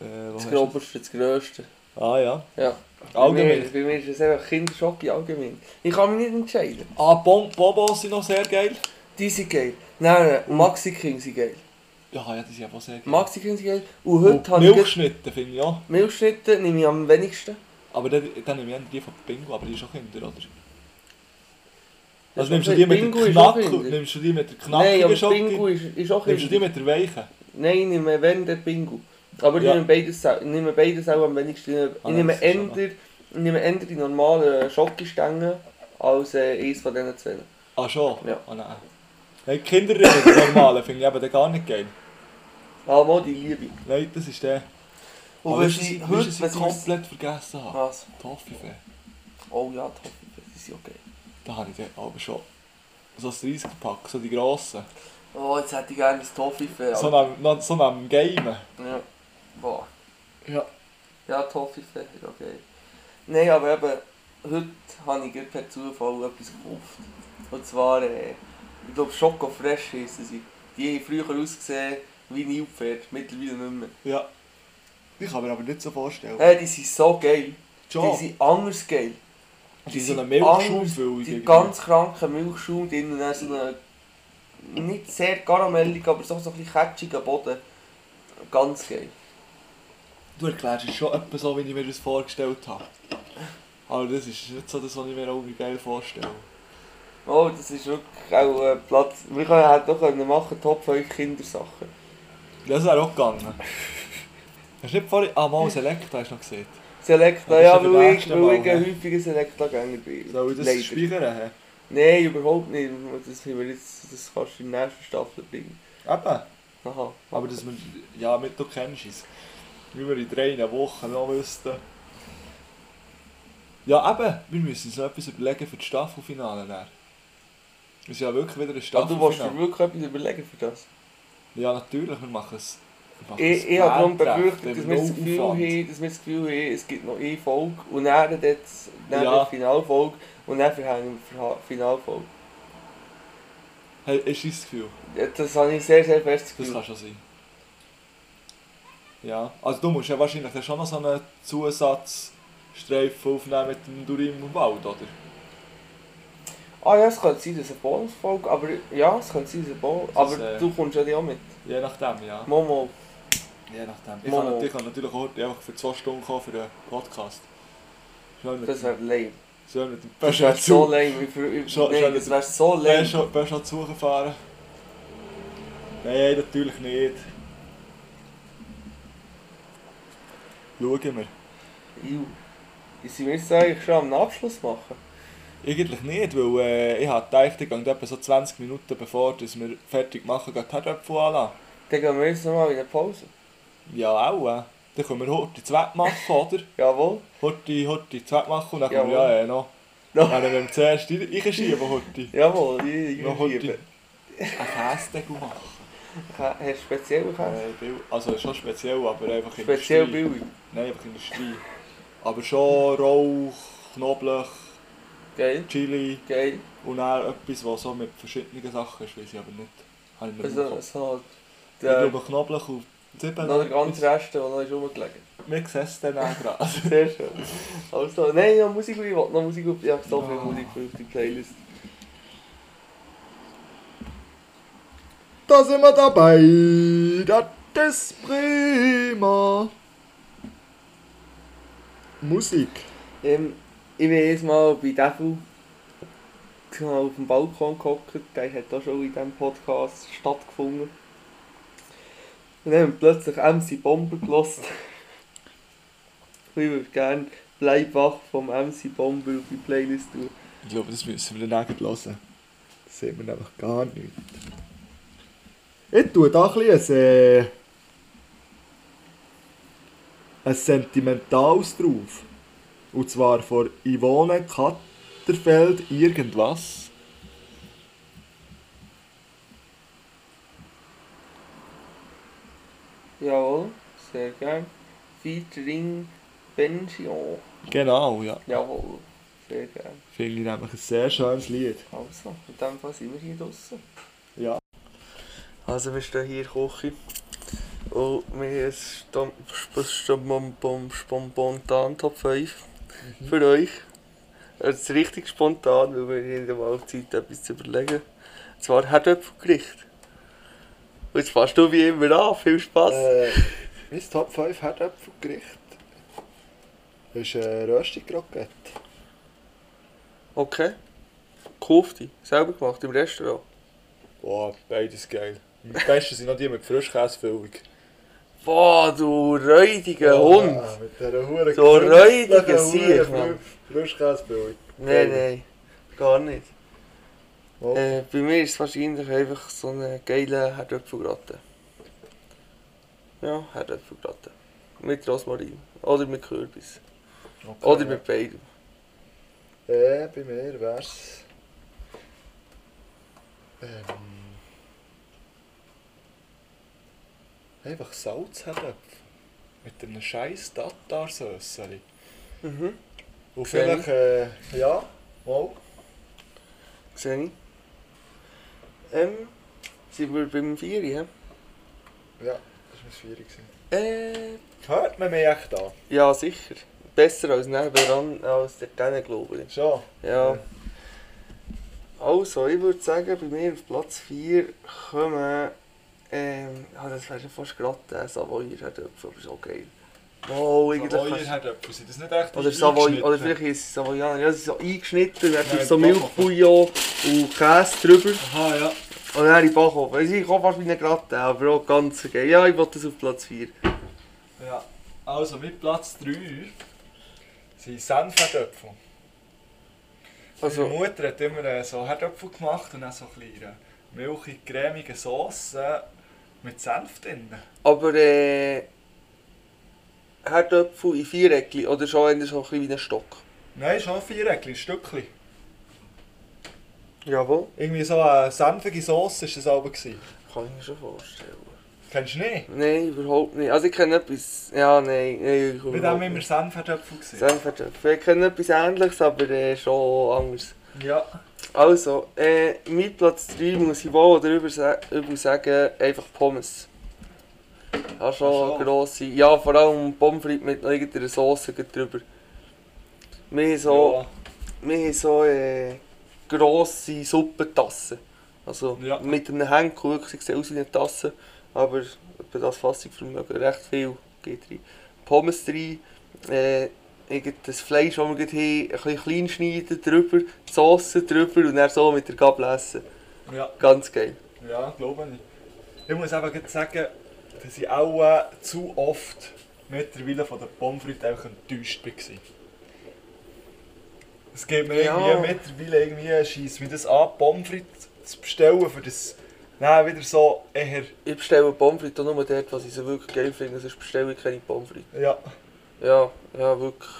[SPEAKER 4] Äh, wo hast
[SPEAKER 3] Das
[SPEAKER 4] du-
[SPEAKER 3] Groberste, das Grösste.
[SPEAKER 4] Ah ja.
[SPEAKER 3] Ja. Bei mir,
[SPEAKER 4] Allgemein.
[SPEAKER 3] bei mir ist es einfach Kinderschocke allgemein. Ich kann mich nicht entscheiden.
[SPEAKER 4] Ah, Bon Bobos sind noch sehr geil.
[SPEAKER 3] Die sind geil. Nein, nein, Maxi King sind geil.
[SPEAKER 4] Mhm. Ja, ja, die sind aber sehr geil.
[SPEAKER 3] Maxi King sind geil. Und
[SPEAKER 4] Und
[SPEAKER 3] heute habe ich... gerade-
[SPEAKER 4] Milchschnitte finde ich auch.
[SPEAKER 3] Milchschnitte nehme ich am wenigsten.
[SPEAKER 4] Aber dann, dann nehme ich an, die von Bingo, aber die ist auch Kinder, oder? Also nimmst du die mit der
[SPEAKER 3] Pingu ist
[SPEAKER 4] Knack,
[SPEAKER 3] auch hinter.
[SPEAKER 4] nimmst du die mit
[SPEAKER 3] Nein,
[SPEAKER 4] der knackigen
[SPEAKER 3] aber Pingu
[SPEAKER 4] Schocke,
[SPEAKER 3] ist, ist auch
[SPEAKER 4] nimmst du die
[SPEAKER 3] hinter.
[SPEAKER 4] mit der weichen?
[SPEAKER 3] Nein, ich nehme wenn, der Pingu. Aber
[SPEAKER 4] Ja.
[SPEAKER 3] ich, nehme beides, ich nehme beides auch am wenigsten. Ich nehme,
[SPEAKER 4] Ah,
[SPEAKER 3] ich nehme,
[SPEAKER 4] das ist schon
[SPEAKER 3] eher, ich nehme eher die normalen Schokostänge als äh, eins von diesen zwei.
[SPEAKER 4] Ah schon?
[SPEAKER 3] Ja.
[SPEAKER 4] Ah nein. Nein, Kinderriegel, die normalen, finde ich eben den gar nicht geil.
[SPEAKER 3] Ah, wo die Liebe.
[SPEAKER 4] Nein, das ist der. Ah,
[SPEAKER 3] Und
[SPEAKER 4] Aber
[SPEAKER 3] wenn
[SPEAKER 4] ist es-
[SPEAKER 3] sie
[SPEAKER 4] ist
[SPEAKER 3] heute...
[SPEAKER 4] es
[SPEAKER 3] Wenn sie komplett...
[SPEAKER 4] komplett vergessen habe.
[SPEAKER 3] Was?
[SPEAKER 4] Toffifee.
[SPEAKER 3] Oh ja, die Hoffnung, das ist ja geil.
[SPEAKER 4] Da habe ich den aber schon. So ein 30-Pack, so die grossen.
[SPEAKER 3] Oh, jetzt hätte ich gerne ein Toffifee.
[SPEAKER 4] So nach, nach, so nach dem Game.
[SPEAKER 3] Ja. Boah.
[SPEAKER 4] Ja.
[SPEAKER 3] Ja, Toffifee, ist ja geil. Nein, aber eben... Heute habe ich gerade per Zufall etwas gekauft. Und zwar... Äh, ich glaube, Schoko Fresh heissen sie. Die haben früher ausgesehen wie Nilpferd, mittlerweile nicht mehr.
[SPEAKER 4] Ja. Ich kann mir aber nicht so vorstellen.
[SPEAKER 3] Hey, die sind so geil. Die
[SPEAKER 4] Schon.
[SPEAKER 3] sind anders geil.
[SPEAKER 4] Die sind so eine
[SPEAKER 3] anders-
[SPEAKER 4] Milchschaumfüllung.
[SPEAKER 3] Die
[SPEAKER 4] irgendwie.
[SPEAKER 3] ganz kranken Milchschaum drin und dann so einen nicht sehr karamellig, aber so, so ein bisschen ketschigen Boden. Ganz geil.
[SPEAKER 4] Du erklärst es schon etwa so, wie ich mir das vorgestellt habe. Aber das ist nicht so das, was ich mir auch geil vorstelle.
[SPEAKER 3] Oh, das ist wirklich auch äh, Platz. Wir können halt doch können machen Top 5 Kindersachen.
[SPEAKER 4] Das wäre auch gegangen. Hast du nicht vorhin... Ah, mal Selecta hast du noch gesehen.
[SPEAKER 3] Selecta,
[SPEAKER 4] Das ist
[SPEAKER 3] ja,
[SPEAKER 4] ja der
[SPEAKER 3] weil ich,
[SPEAKER 4] nächste
[SPEAKER 3] weil ich
[SPEAKER 4] Mal,
[SPEAKER 3] ein
[SPEAKER 4] ne?
[SPEAKER 3] häufiger Selecta-Gänger bin.
[SPEAKER 4] Soll ich das
[SPEAKER 3] Leider.
[SPEAKER 4] speichern?
[SPEAKER 3] Nein, überhaupt nicht. Das, haben wir jetzt, das kannst du in der nächsten Staffel bringen.
[SPEAKER 4] he? Eben.
[SPEAKER 3] Aha.
[SPEAKER 4] Aber dass wir... Ja, mit du kennst es. Wie wir in drei Wochen noch wüssten. Ja, eben. Wir müssen uns noch etwas überlegen für das Staffelfinale. dann. Es ist ja wirklich wieder ein
[SPEAKER 3] Aber du musst dir
[SPEAKER 4] Staffelfinale.
[SPEAKER 3] wirklich etwas überlegen für das.
[SPEAKER 4] Ja, natürlich. Wir machen es... wir machen es
[SPEAKER 3] Ich, ich habe darum
[SPEAKER 4] perfekt,
[SPEAKER 3] befürchtet, dass
[SPEAKER 4] wenn
[SPEAKER 3] wir, das
[SPEAKER 4] null
[SPEAKER 3] Gefühl
[SPEAKER 4] Aufwand.
[SPEAKER 3] haben, dass wir das Gefühl haben, es gibt noch eine Folge und dann, dort, dann
[SPEAKER 4] Ja.
[SPEAKER 3] die Finalfolge und dann verhängen wir die Verha- Finalfolge.
[SPEAKER 4] Hey, ist dein Gefühl?
[SPEAKER 3] Das habe ich sehr, sehr fest
[SPEAKER 4] Das
[SPEAKER 3] Gefühl.
[SPEAKER 4] kann schon sein. Ja, also du musst ja wahrscheinlich dann schon noch so einen Zusatzstreifen aufnehmen mit dem Durim im Wald, oder?
[SPEAKER 3] Ah ja, es könnte sein, dass es eine Bonusfolge aber ja, es könnte sein, dass es eine Bonus... Aber
[SPEAKER 4] äh,
[SPEAKER 3] du kommst ja die auch mit.
[SPEAKER 4] Je nachdem, ja.
[SPEAKER 3] Momo,
[SPEAKER 4] Je nachdem. Ich
[SPEAKER 3] Mal.
[SPEAKER 4] kann natürlich, ich kann natürlich auch einfach für zwei Stunden kommen für den Podcast. Schön mit,
[SPEAKER 3] das wäre lame.
[SPEAKER 4] schön mit dem
[SPEAKER 3] Das wäre
[SPEAKER 4] Peugeot
[SPEAKER 3] so
[SPEAKER 4] zu.
[SPEAKER 3] lame. Ich, ich,
[SPEAKER 4] Schon-
[SPEAKER 3] nein,
[SPEAKER 4] schon-
[SPEAKER 3] das wäre so lame.
[SPEAKER 4] Peugeot Peugeot zugefahren. Nein, natürlich nicht. Schauen wir.
[SPEAKER 3] Iu. Sind wir jetzt eigentlich schon am Abschluss machen?
[SPEAKER 4] Eigentlich nicht, weil äh, ich hab gedacht, ich gehe etwa so 20 Minuten bevor dass wir fertig machen, geht die Herdöpfel anlassen.
[SPEAKER 3] Dann gehen wir jetzt nochmal in eine Pause.
[SPEAKER 4] Ja, auch. Äh. Dann können wir heute Zweck machen, oder?
[SPEAKER 3] Jawohl.
[SPEAKER 4] Heute, heute Zweck machen und dann können wir
[SPEAKER 3] Jawohl.
[SPEAKER 4] ja äh, noch.
[SPEAKER 3] Noch-
[SPEAKER 4] Dann werden wir zuerst rein- reinschieben heute.
[SPEAKER 3] [LAUGHS] Jawohl, ich, ich
[SPEAKER 4] Noch
[SPEAKER 3] liebe.
[SPEAKER 4] heute. Ein Käsedeckel machen.
[SPEAKER 3] Hast du speziell gekauft?
[SPEAKER 4] Äh, Bill- also schon speziell, aber einfach
[SPEAKER 3] Speziell
[SPEAKER 4] Industrie.
[SPEAKER 3] billig.
[SPEAKER 4] Nein, einfach Industrie. Aber schon Rauch, Knoblauch,
[SPEAKER 3] Geil,
[SPEAKER 4] Chili
[SPEAKER 3] geil.
[SPEAKER 4] und dann etwas, was so mit verschiedenen Sachen ist, weiß ich aber nicht. Habe ich nicht
[SPEAKER 3] Also,
[SPEAKER 4] also,
[SPEAKER 3] so,
[SPEAKER 4] Ich
[SPEAKER 3] der,
[SPEAKER 4] glaube Knoblauch und Zwiebeln.
[SPEAKER 3] noch der ganze Rest, der noch ist [LAUGHS] rumgelegen.
[SPEAKER 4] Wir sehen es dann auch [LAUGHS] gerade.
[SPEAKER 3] Sehr schön. Also, nein, noch Musik, ich will noch Musik auf die so viel Musik auf die Playlist.
[SPEAKER 4] Da sind wir dabei. Das ist prima. Musik.
[SPEAKER 3] Ähm, ich bin jedes Mal bei Devil ich habe auf dem Balkon gehockt, der hat auch schon in diesem Podcast stattgefunden. Und dann haben wir plötzlich MC Bomber gelost. [LAUGHS] ich würde gerne Bleib wach vom MC Bomber auf die Playlist tun.
[SPEAKER 4] Ich glaube, das müssen wir dann auch hören. Das sehen wir nämlich gar nicht. Ich tue da ein bisschen ein, äh, ein Sentimentales drauf. Und zwar von Yvonne Katterfeld irgendwas.
[SPEAKER 3] Jawohl, sehr gern. Featuring Benjion.
[SPEAKER 4] Genau, ja.
[SPEAKER 3] Jawohl, sehr gern.
[SPEAKER 4] Finde ich nämlich ein sehr schönes Lied.
[SPEAKER 3] Also, in dem Fall sind wir hier draußen.
[SPEAKER 4] Ja.
[SPEAKER 3] Also, wir stehen hier in der Küche. Und wir haben ein spontan, spontan Top 5
[SPEAKER 4] Mhm.
[SPEAKER 3] für euch. Es ist richtig spontan, weil wir hier in der Mahlzeit etwas zu überlegen. Und zwar Herdöpfelgericht. Und jetzt fasst du wie immer an. Viel Spass.
[SPEAKER 6] Äh, mein Top 5 Herdöpfelgericht ist äh, Röstigrockett.
[SPEAKER 3] Okay. Kaufte, selber gemacht im Restaurant.
[SPEAKER 4] Boah, beides geil. Am besten sind noch die mit Frischkäsefüllung.
[SPEAKER 3] Boah, du räudiger Hund!
[SPEAKER 4] Ah, mit dieser Hure.
[SPEAKER 3] So räudiger Sieg, Mann.
[SPEAKER 4] Frischkäsefüllung.
[SPEAKER 3] Nein, nein, gar nicht.
[SPEAKER 4] Mal.
[SPEAKER 3] Äh, bei mir ist es wahrscheinlich einfach so eine geile Herdöpfelgratte. Ja, Herdöpfelgratte. Mit Rosmarin. Oder mit Kürbis.
[SPEAKER 4] Okay.
[SPEAKER 3] Oder mit beidem.
[SPEAKER 4] Äh, bei mir wär's. Ähm. Einfach Salzherdöpfel. Mit einem scheiß Tatar-Sösseli.
[SPEAKER 3] Mhm.
[SPEAKER 4] Und vielleicht, äh, ja, mal.
[SPEAKER 3] Sehe ich. Ähm, sind wir beim Vieri, hä?
[SPEAKER 4] Ja, das war mein Vierer. gewesen.
[SPEAKER 3] Äh,
[SPEAKER 4] Hört man mich echt an?
[SPEAKER 3] ja, sicher. Besser als nebenan, als der Tänne, glaube ich.
[SPEAKER 4] Schon.
[SPEAKER 3] Ja. Also, ich würde sagen, bei mir auf Platz 4 kommen. Ähm, ja, das wäre fast gerade der Savoyer Herdöpfel, aber so geil. Wow, eigentlich. kannst-
[SPEAKER 4] Savoyer-Herdöpfel, sind das nicht echt
[SPEAKER 3] Oder, Savoy,
[SPEAKER 4] eingeschnitten?
[SPEAKER 3] oder vielleicht ist es Savoyaner, ja, sie sind so eingeschnitten, dann
[SPEAKER 4] Nein,
[SPEAKER 3] ist so
[SPEAKER 4] Backofen.
[SPEAKER 3] Milchbouillon und Käse drüber
[SPEAKER 4] Aha, ja.
[SPEAKER 3] und dann in den Backofen. Also ich komme fast wie eine Gratte, aber auch ganz geil. Ja, ich wollte das auf Platz 4.
[SPEAKER 4] Ja, also mit Platz 3 sind Senfherdöpfel. Meine
[SPEAKER 3] Also,
[SPEAKER 4] Mutter hat immer äh, so Herdöpfel gemacht und dann so kleine milchig cremige Sauce äh, mit Senf drin.
[SPEAKER 3] aber äh... Herdöpfel in Viereckchen oder schon eher so ein bisschen wie ein Stock.
[SPEAKER 4] Nein, schon vier ein Stückchen.
[SPEAKER 3] Jawohl.
[SPEAKER 4] Irgendwie so eine senfige Sauce war das aber. gewesen.
[SPEAKER 3] Kann ich mir schon vorstellen.
[SPEAKER 4] Kennst du nicht?
[SPEAKER 3] Nein, überhaupt nicht. Also ich kenne etwas... Ja, nein, nein, ich
[SPEAKER 4] Mit dem immer Senfherdöpfel gesehen.
[SPEAKER 3] Senfherdöpfel. Ich kenne etwas ähnliches, aber äh, schon anders.
[SPEAKER 4] Ja.
[SPEAKER 3] Also, äh, mein Platz 3 muss ich wohl oder übel sa- übel sagen, einfach Pommes. Ja, schon
[SPEAKER 4] Ach so.
[SPEAKER 3] grosse. Ja, vor allem Pommes frites mit noch irgendeiner Sauce gleich drüber. Wir haben so, wir haben so äh, grosse Suppentassen. Also
[SPEAKER 4] Ja.
[SPEAKER 3] mit einem Henkel, wirklich, sie sehen aus wie eine Tasse. Aber bei das Fassungsvermögen recht viel geht rein. Pommes rein, äh, irgend das Fleisch, das wir gerade haben, ein bisschen klein schneiden drüber, die Sauce drüber und dann so mit der Gabel essen.
[SPEAKER 4] Ja. ja.
[SPEAKER 3] Ganz geil.
[SPEAKER 4] Ja, glaube ich. Ich muss eben gerade sagen, dass ich auch äh, zu oft mittlerweile von der Pommes frites einfach enttäuscht war. Es geht mir
[SPEAKER 3] Ja.
[SPEAKER 4] irgendwie mittlerweile irgendwie scheiss wie das an, Pommes frites zu bestellen, für das dann wieder so eher...
[SPEAKER 3] Ich bestelle Pommes frites auch nur dort, was ich so wirklich geil finde, sonst bestelle ich keine Pommes frites.
[SPEAKER 4] Ja, [LAUGHS]
[SPEAKER 3] Ja, ja, wirklich.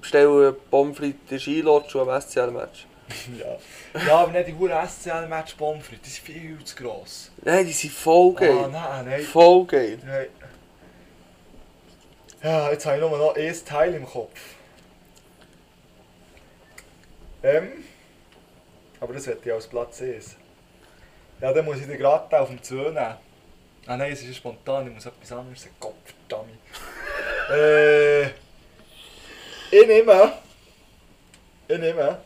[SPEAKER 3] Bestelle Pommes frites in der Skilodge und am SCL-Match.
[SPEAKER 4] ja. ja aber nicht die verdammten SCL-Match Pommes frites, die ist viel zu gross.
[SPEAKER 3] Nein, die sind voll
[SPEAKER 4] Ah,
[SPEAKER 3] geil.
[SPEAKER 4] nein, nein.
[SPEAKER 3] voll geil.
[SPEAKER 4] nein. Ja, jetzt habe ich nur noch ein Teil im Kopf. Ähm. Aber das hätte ich als Platz 1. Ja, dann muss ich den gerade auf den 2 nehmen. Ah nein, es ist ja spontan, ich muss etwas anderes sagen. Gott verdammt. äh. Ich nehme. Ich nehme.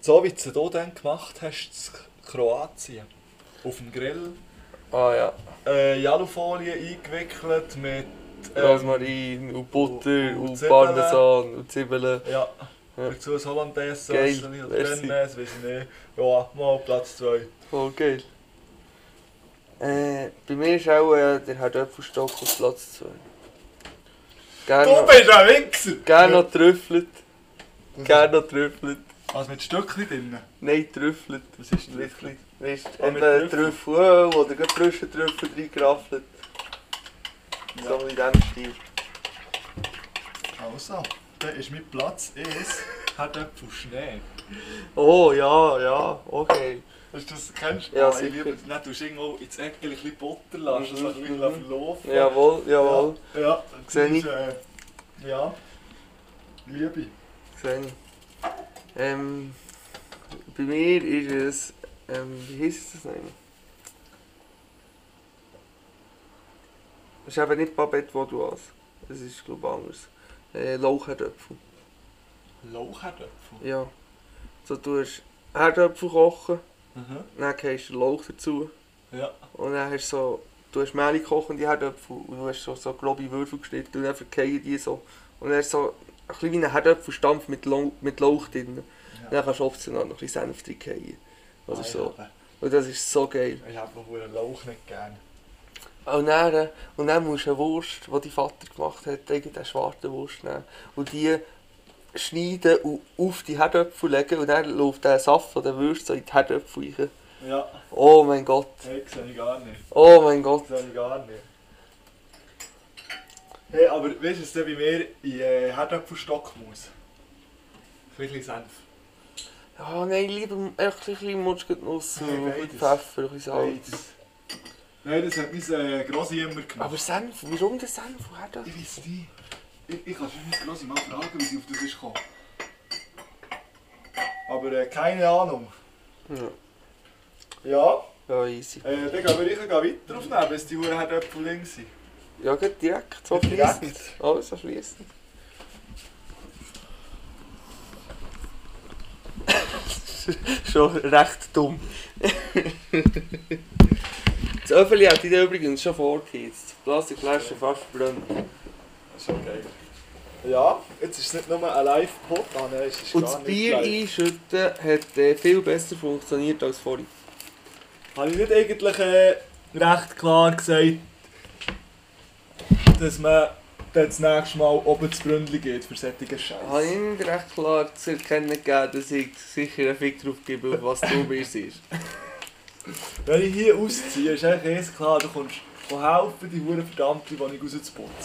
[SPEAKER 4] So wie du es dann gemacht hast, in Kroatien. Auf dem Grill
[SPEAKER 3] Ah ja.
[SPEAKER 4] äh, in Alufolie eingewickelt mit. ähm,
[SPEAKER 3] Ehm, Rosmarin und Butter
[SPEAKER 4] und-
[SPEAKER 3] und,
[SPEAKER 4] und Zwiebeln.
[SPEAKER 3] Parmesan und Zwiebeln.
[SPEAKER 4] Ja.
[SPEAKER 3] Ja.
[SPEAKER 4] Dazu ein Hollandaise,
[SPEAKER 3] Geil,
[SPEAKER 4] Sasseli oder
[SPEAKER 3] merci.
[SPEAKER 4] Bernese, weiß ich nicht. Ja, mal Platz 2.
[SPEAKER 3] Voll geil. Äh, bei mir ist auch äh, der Herdöpfelstock auf Platz 2. Gerne
[SPEAKER 4] Du
[SPEAKER 3] noch,
[SPEAKER 4] bist ein Wichser!
[SPEAKER 3] gern noch trüffelt. Gerne noch trüffelt.
[SPEAKER 4] Also mit Stückchen drin.
[SPEAKER 3] Nein, trüffelt.
[SPEAKER 4] Was ist denn
[SPEAKER 3] Trüffelt. Weißt du,
[SPEAKER 4] Ah, mit
[SPEAKER 3] entweder
[SPEAKER 4] Trüffel.
[SPEAKER 3] Trüffelöl oder gerade frischen Trüffel reingeraffelt. So in diesem Stil.
[SPEAKER 4] Also, da ist mein Platz 1 Herdöpfel Schnee.
[SPEAKER 3] Oh ja, ja, okay.
[SPEAKER 4] Hast du das, kennst du
[SPEAKER 3] Ja,
[SPEAKER 4] das? Ich
[SPEAKER 3] sicher.
[SPEAKER 4] liebe das. Dann tust du irgendwo ins Eckchen ein bisschen Butter lassen,
[SPEAKER 3] Mhm,
[SPEAKER 4] das ein bisschen
[SPEAKER 3] mhm.
[SPEAKER 4] verlaufen.
[SPEAKER 3] Jawohl, jawohl.
[SPEAKER 4] Ja, ja. das
[SPEAKER 3] Seh ich.
[SPEAKER 4] ist, äh, ja. Liebe.
[SPEAKER 3] Gesehen. Ähm, bei mir ist es. Ähm, wie heisst das nochmal? Es ist eben nicht Babette Vaudoise. Es ist, glaube ich, anders. Äh, Lauchherdöpfel.
[SPEAKER 4] Lauchherdöpfel.
[SPEAKER 3] Ja. So tust du Herdöpfel kochen,
[SPEAKER 4] Mhm.
[SPEAKER 3] dann gehst du Lauch dazu.
[SPEAKER 4] Ja.
[SPEAKER 3] Und dann hast du so. Du hast Mehl kochende Herdöpfel und du hast so, so grobe Würfel geschnitten und dann verkehren die so. Und dann hast du so ein bisschen wie ein Herdöpfelstampf mit, Lo mit Lauch drin. Dann kannst du optional noch ein bisschen Senf drin fallen. Oder
[SPEAKER 4] Ah,
[SPEAKER 3] so. Und das ist so geil.
[SPEAKER 4] Ich habe noch einen Lauch nicht gern.
[SPEAKER 3] Und dann, äh, und dann musst du eine Wurst, die dein Vater gemacht hat, irgendeine schwarze Wurst nehmen. Und die schneiden und auf die Herdöpfel legen. Und dann läuft der Saft von der Würste so in die Herdöpfel rein.
[SPEAKER 4] Ja,
[SPEAKER 3] Oh mein Gott.
[SPEAKER 4] hey, das sehe ich gar nicht.
[SPEAKER 3] Oh mein Gott.
[SPEAKER 4] Das sehe ich gar nicht. Hey, aber weißt du, was denn bei mir in äh, Herdöpfelstock muss? Ein bisschen Senf.
[SPEAKER 3] Oh nein, lieber echt ein bisschen Mutschgenuss,
[SPEAKER 4] Hey,
[SPEAKER 3] ein bisschen
[SPEAKER 4] beides.
[SPEAKER 3] Pfeffer, ein bisschen Salz.
[SPEAKER 4] Beides. Nein, das hat mein äh, Grossi immer gemacht.
[SPEAKER 3] Aber Senf, warum der Senf? Woher das?
[SPEAKER 4] Ich weiß nicht. Ich, ich kann schon meine Grossi mal fragen, wie sie auf das ist gekommen. Aber äh, keine Ahnung.
[SPEAKER 3] Ja.
[SPEAKER 4] Ja,
[SPEAKER 3] Ja, easy.
[SPEAKER 4] äh, dann gehen wir ich gehen weiter aufnehmen, bis die Uhren Herdöpfel links sind.
[SPEAKER 3] Ja, geht direkt, so
[SPEAKER 4] Direkt.
[SPEAKER 3] fließend. Alles so fließend. [LAUGHS] schon recht dumm. [LAUGHS] das Öffeli hat ihn übrigens schon vorgeheizt. Die Plastikflasche fast brennt.
[SPEAKER 4] Das ist schon geil. Ja, jetzt ist es nicht nur ein Live-Pod, ah, nein, es ist
[SPEAKER 3] Und
[SPEAKER 4] gar
[SPEAKER 3] das
[SPEAKER 4] nicht
[SPEAKER 3] Bier
[SPEAKER 4] live.
[SPEAKER 3] einschütten hat äh, viel besser funktioniert als vorhin.
[SPEAKER 4] Habe ich nicht eigentlich äh, recht klar gesagt, dass man dann das nächste Mal oben zu Bründli geht für solche
[SPEAKER 3] habe
[SPEAKER 4] Scheiße?
[SPEAKER 3] ihm recht klar zu erkennen gegeben, dass ich sicher einen Fick drauf gebe, auf was du bist. ist.
[SPEAKER 4] Wenn ich hier ausziehe, ist eigentlich eins klar, du kommst komm helfen, die Hure verdammte Wohnung rauszuputzen.
[SPEAKER 3] [LAUGHS]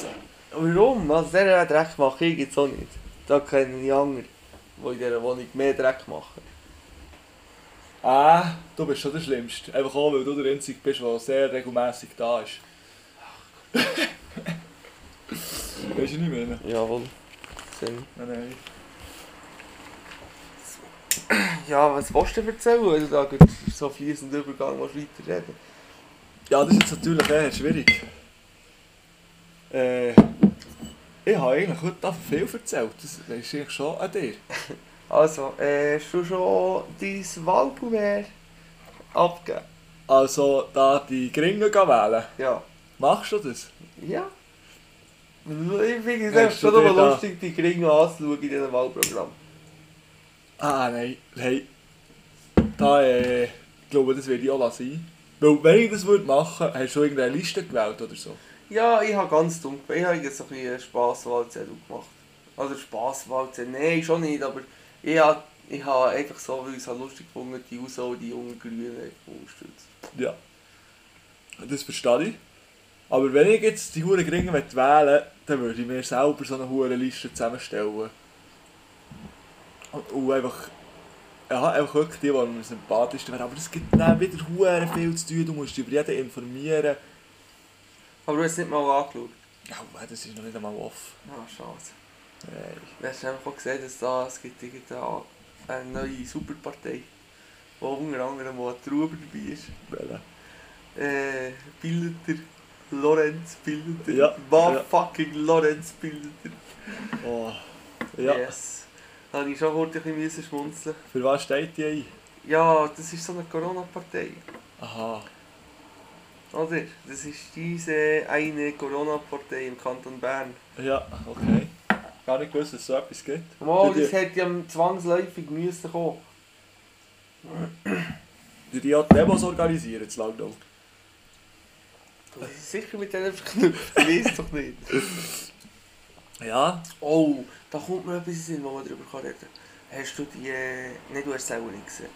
[SPEAKER 3] Warum? Also dieser Dreck mache ich jetzt auch nicht. Da kennen die anderen, die in dieser Wohnung mehr Dreck machen.
[SPEAKER 4] Äh, du bist schon der Schlimmste. Einfach auch, weil du der Einzige bist, der sehr regelmäßig da ist. [LAUGHS] weißt du nicht mehr? Nein,
[SPEAKER 3] Jawohl. Sinn.
[SPEAKER 4] nein.
[SPEAKER 3] Ja, was willst du erzählen, wenn du da gerade so fließend Übergang willst weiterreden
[SPEAKER 4] Ja, das ist jetzt natürlich eher schwierig. Äh, ich habe eigentlich heute Abend viel erzählt. Das das ist eigentlich schon an dir.
[SPEAKER 3] Also, äh, hast du schon dein Wahlkuvert abgegeben?
[SPEAKER 4] Also, da die Gringen gehen wählen.
[SPEAKER 3] Ja.
[SPEAKER 4] Machst du das?
[SPEAKER 3] Ja. Ich finde es
[SPEAKER 4] Hast
[SPEAKER 3] einfach schon
[SPEAKER 4] du dir
[SPEAKER 3] noch
[SPEAKER 4] da-
[SPEAKER 3] lustig, die Kringe anzuschauen in diesem Wahlprogramm.
[SPEAKER 4] Ah, nein. Hey. Da, äh, ich glaube, das würde ich auch sein. Weil, wenn ich das würde machen würde, hast du irgendeine Liste gewählt oder so.
[SPEAKER 3] Ja, ich habe ganz dumm. Ich habe jetzt so ein bisschen Spasswahlzettel gemacht. Also Spasswahlzettel, nein, schon nicht, aber ich habe, ich habe einfach so, weil ich es halt lustig gefunden die Auswahl, die jungen Grünen unterstützt.
[SPEAKER 4] Ja. Das verstehe ich. Aber wenn ich jetzt die Huren Gringen wählen möchte, dann würde ich mir selber so eine Hurenliste zusammenstellen. Und- Und einfach. Ja, einfach wirklich die, die mir am sympathischsten wären. Aber es gibt dann wieder Huren viel zu tun, du musst dich über jeden informieren.
[SPEAKER 3] Aber du hast es nicht mal angeschaut.
[SPEAKER 4] Ja, oh, das ist noch nicht einmal off.
[SPEAKER 3] Ah, schade.
[SPEAKER 4] Nein.
[SPEAKER 3] Du hast einfach gesehen, dass da, es gibt irgendeine eine neue Superpartei, die unter anderem auch drüber dabei ist.
[SPEAKER 4] Welle.
[SPEAKER 3] Äh, Bilder, Lorenz Bilder,
[SPEAKER 4] Ja,
[SPEAKER 3] motherfucking Lorenz Bilder.
[SPEAKER 4] Oh. Ja.
[SPEAKER 3] Yes. Da habe ich schon kurz ein bisschen müssen schmunzeln.
[SPEAKER 4] Für was steht die ein?
[SPEAKER 3] Ja, das ist so eine Corona-Partei.
[SPEAKER 4] Aha.
[SPEAKER 3] Oder? Das ist diese eine Corona-Partei im Kanton Bern.
[SPEAKER 4] Ja, okay. Gar nicht gewusst, dass es so etwas gibt.
[SPEAKER 3] Wow,
[SPEAKER 4] Die-
[SPEAKER 3] das hätte ja zwangsläufig müssen kommen.
[SPEAKER 4] Die, die auch Demos organisieren, das Langdau.
[SPEAKER 3] Das ist sicher mit denen verknüpft. Ich weiß doch nicht.
[SPEAKER 4] Ja.
[SPEAKER 3] Oh, da kommt mir etwas in den Sinn, wo man darüber reden kann. Hast du die... äh, Nein, du hast es selber nicht gesehen.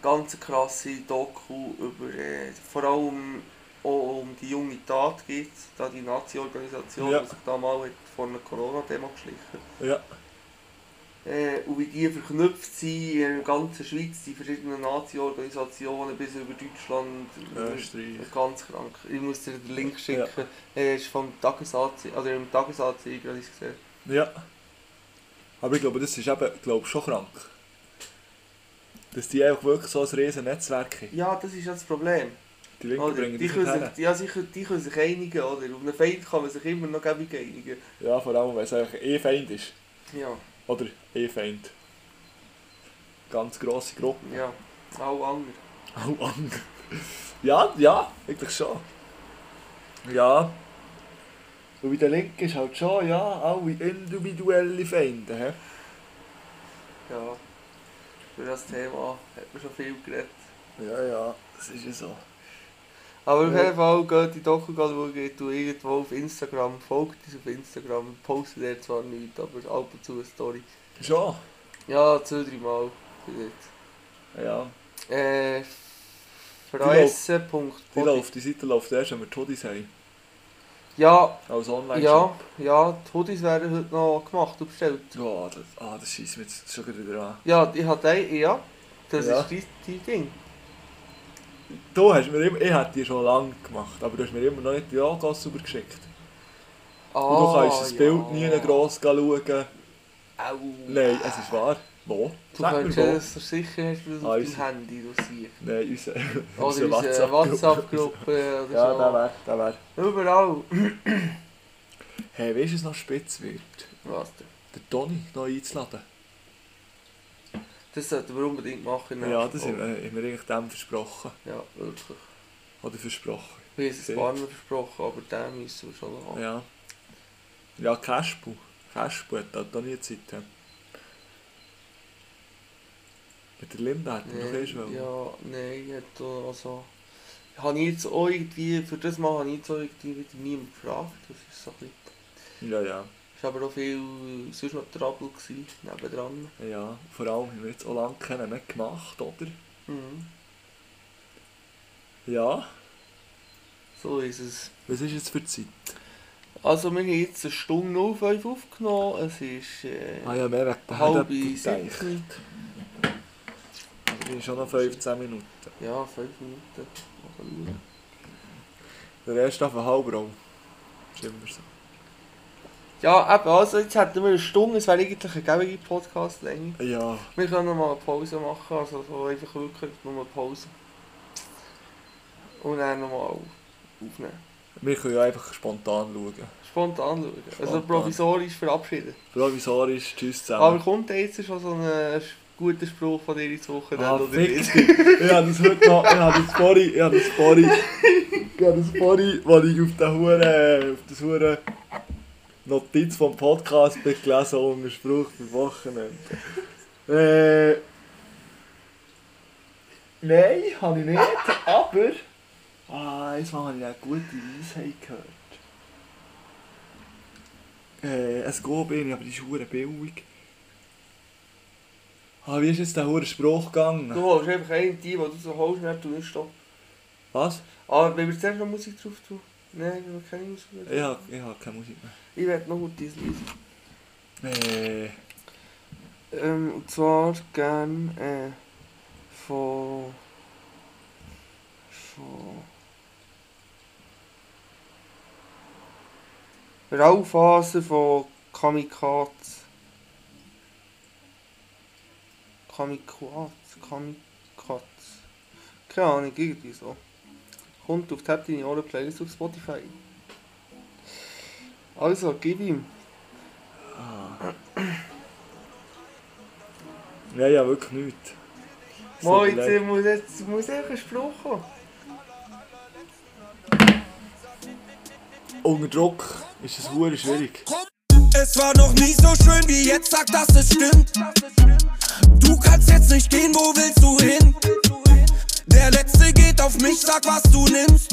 [SPEAKER 3] Ganz krasse Doku über... Äh, vor allem auch um die junge Tat geht Da die Nazi-Organisation,
[SPEAKER 4] Ja.
[SPEAKER 3] die sich da mal hat vor einer Corona-Demo geschlichen
[SPEAKER 4] Ja.
[SPEAKER 3] äh, und wie die verknüpft sind in der ganzen Schweiz, die verschiedenen Nazi-Organisationen bis über Deutschland.
[SPEAKER 4] eh, Österreich.
[SPEAKER 3] Äh, Ganz krank. Ich muss dir den Link schicken. Er ist vom Tagesanzeiger, oder im Tagesanzeiger habe ich es gesehen.
[SPEAKER 4] Ja. Aber ich glaube, das ist eben glaube, ich, schon krank. Dass die einfach wirklich so ein riesen Netzwerk haben.
[SPEAKER 3] Ja, das ist ja das Problem.
[SPEAKER 4] Die Linken
[SPEAKER 3] Oder?
[SPEAKER 4] bringen
[SPEAKER 3] Die,
[SPEAKER 4] dich
[SPEAKER 3] können
[SPEAKER 4] hin.
[SPEAKER 3] sich, ja, sie können, die können sich einigen, oder? Auf einen Feind kann man sich immer noch gäbig einigen.
[SPEAKER 4] Ja, vor allem, weil es eigentlich eh Feind ist.
[SPEAKER 3] Ja,
[SPEAKER 4] Oder eh Feind. Ganz grosse [LAUGHS] Gruppe.
[SPEAKER 3] ja. Auch andere.
[SPEAKER 4] Auch Ang. Ja, ja, eigentlich schon. Ja. Und bei der Linken ist halt schon, ja, alle individuelle Feinde. He?
[SPEAKER 3] Ja, über das Thema hat man schon viel geredet.
[SPEAKER 4] Ja, ja, das ist ja so.
[SPEAKER 3] Aber auf
[SPEAKER 4] Ja.
[SPEAKER 3] jeden Fall geht die Doku schauen, geht du irgendwo auf Instagram, folgt uns auf Instagram, postet er zwar nichts, aber ab und zu eine Story.
[SPEAKER 4] Schon?
[SPEAKER 3] Ja, zwei, dreimal. vielleicht.
[SPEAKER 4] Ja.
[SPEAKER 3] Äh,
[SPEAKER 4] Die,
[SPEAKER 3] verreisen.podi.
[SPEAKER 4] läuft, die Seite läuft erst, wenn wir die Hoodies haben.
[SPEAKER 3] Ja,
[SPEAKER 4] Als online
[SPEAKER 3] ja, ja, die Hoodies werden heute noch nou gemacht und bestellt.
[SPEAKER 4] Ja, das, ah, das schießt mir jetzt schon wieder an.
[SPEAKER 3] Ja, ich hatte einen, ja. Das
[SPEAKER 4] Ja.
[SPEAKER 3] ist dein, dein Ding.
[SPEAKER 4] Du hast mir immer, ich hätte die schon lange gemacht, aber du hast mir immer noch nicht die Angasse übergeschickt.
[SPEAKER 3] Ah,
[SPEAKER 4] Und du kannst das Bild nie gross schauen.
[SPEAKER 3] Au.
[SPEAKER 4] Nein, es ist wahr. Wo?
[SPEAKER 3] Du
[SPEAKER 4] Sag mir
[SPEAKER 3] kannst
[SPEAKER 4] wo.
[SPEAKER 3] es sicher hast du das
[SPEAKER 4] Ah,
[SPEAKER 3] auf deinem
[SPEAKER 4] unser-
[SPEAKER 3] Handy, Oh, du siehst.
[SPEAKER 4] Nein, unser,
[SPEAKER 3] Oder
[SPEAKER 4] unser
[SPEAKER 3] unsere
[SPEAKER 4] WhatsApp-Gruppe. [LAUGHS]
[SPEAKER 3] WhatsApp-Gruppe oder
[SPEAKER 4] Ja,
[SPEAKER 3] so.
[SPEAKER 4] der wär, der wär.
[SPEAKER 3] Überall.
[SPEAKER 4] Hey, weißt du, was noch spitz wird?
[SPEAKER 3] Was denn?
[SPEAKER 4] Den Toni noch einzuladen.
[SPEAKER 3] Das sollten wir unbedingt machen. in der
[SPEAKER 4] ja,
[SPEAKER 3] nächsten
[SPEAKER 4] das haben
[SPEAKER 3] Folge.
[SPEAKER 4] wir, haben wir eigentlich dem versprochen.
[SPEAKER 3] Ja, wirklich.
[SPEAKER 4] Oder versprochen.
[SPEAKER 3] Wir haben es ein
[SPEAKER 4] Sehr.
[SPEAKER 3] paar Mal versprochen, aber den müssen wir schon haben.
[SPEAKER 4] Ja. Ja, Cashbu. Cashbu hat da noch nie Zeit. ja. Mit der Linda hat er noch erst wollen.
[SPEAKER 3] ja, nein, hat da- also... Habe ich jetzt auch irgendwie, für das Mal habe ich jetzt auch irgendwie wieder niemanden gefragt. Das ist so ein bisschen...
[SPEAKER 4] ja, ja.
[SPEAKER 3] Es war aber auch viel sonst noch Trouble gewesen, nebendran.
[SPEAKER 4] Ja, vor allem haben wir jetzt auch lange keinen mehr gemacht, oder?
[SPEAKER 3] Mhm.
[SPEAKER 4] Ja.
[SPEAKER 3] So ist es.
[SPEAKER 4] Was ist jetzt für die Zeit?
[SPEAKER 3] Also wir haben jetzt eine Stunde 05 aufgenommen. Es ist äh,
[SPEAKER 4] Ah ja, mehr wegen der
[SPEAKER 3] halb
[SPEAKER 4] Headapp-
[SPEAKER 3] sieben.
[SPEAKER 4] Ich bin schon noch 15 Minuten.
[SPEAKER 3] Ja, 5 Minuten. Mal schauen.
[SPEAKER 4] Der erste auf einen halben Raum. Ist immer so.
[SPEAKER 3] Ja, eben, also jetzt hätten wir eine Stunde, es wäre eigentlich eine gäbige Podcast-Länge.
[SPEAKER 4] Ja.
[SPEAKER 3] Wir können noch mal eine Pause machen, also so einfach wirklich nur eine Pause. Und dann nochmal aufnehmen.
[SPEAKER 4] Wir können ja einfach spontan schauen.
[SPEAKER 3] Spontan schauen. Also
[SPEAKER 4] Spontan.
[SPEAKER 3] provisorisch verabschieden.
[SPEAKER 4] Provisorisch, tschüss
[SPEAKER 3] Aber
[SPEAKER 4] zusammen.
[SPEAKER 3] kommt jetzt schon so ein äh, guter Spruch von dir ins Wochenende?
[SPEAKER 4] ah,
[SPEAKER 3] oder
[SPEAKER 4] fick
[SPEAKER 3] nicht?
[SPEAKER 4] dich. Ich habe das heute noch, ich habe das vorhin, ich habe das vorhin, ich habe das vorhin, als ich auf den Huren, auf das Huren Notiz vom Podcast bin gelesen habe, unter Spruch für Wochenende. Äh, nein, habe ich nicht, aber... Ah, jetzt habe ich eine gute Weisheit gehört. Äh, es geht bin ich, aber die ist hure billig. Ah, wie ist jetzt der hure Spruch gegangen?
[SPEAKER 3] Du holst einfach einen Team, den du so holst, und dann tust du stoppen.
[SPEAKER 4] Was?
[SPEAKER 3] Aber wenn wir zuerst noch Musik drauf tun. Nein, wir haben keine Musik mehr.
[SPEAKER 4] Ich habe ich hab keine Musik mehr.
[SPEAKER 3] Ich werde noch gut dieses Lied.
[SPEAKER 4] Äh,
[SPEAKER 3] Ähm, und zwar gern äh, von. von. Raufaser von Kamikaze. Kamikaze, Kamikaze. Keine Ahnung, irgendwie so. Kommt auf die Hälfte deine Ohren Playlist auf Spotify. Also, gib ihm.
[SPEAKER 4] nein, ja wirklich nichts. Es tut mir
[SPEAKER 3] Moin,
[SPEAKER 4] leid.
[SPEAKER 3] jetzt muss, jetzt muss einfach ein Spruch kommen.
[SPEAKER 4] Unter Druck ist es hure schwierig.
[SPEAKER 7] Es war noch nie so schön wie jetzt, sag, dass es stimmt. Du kannst jetzt nicht gehen, wo willst du hin? Der Letzte geht auf mich, sag, was du nimmst.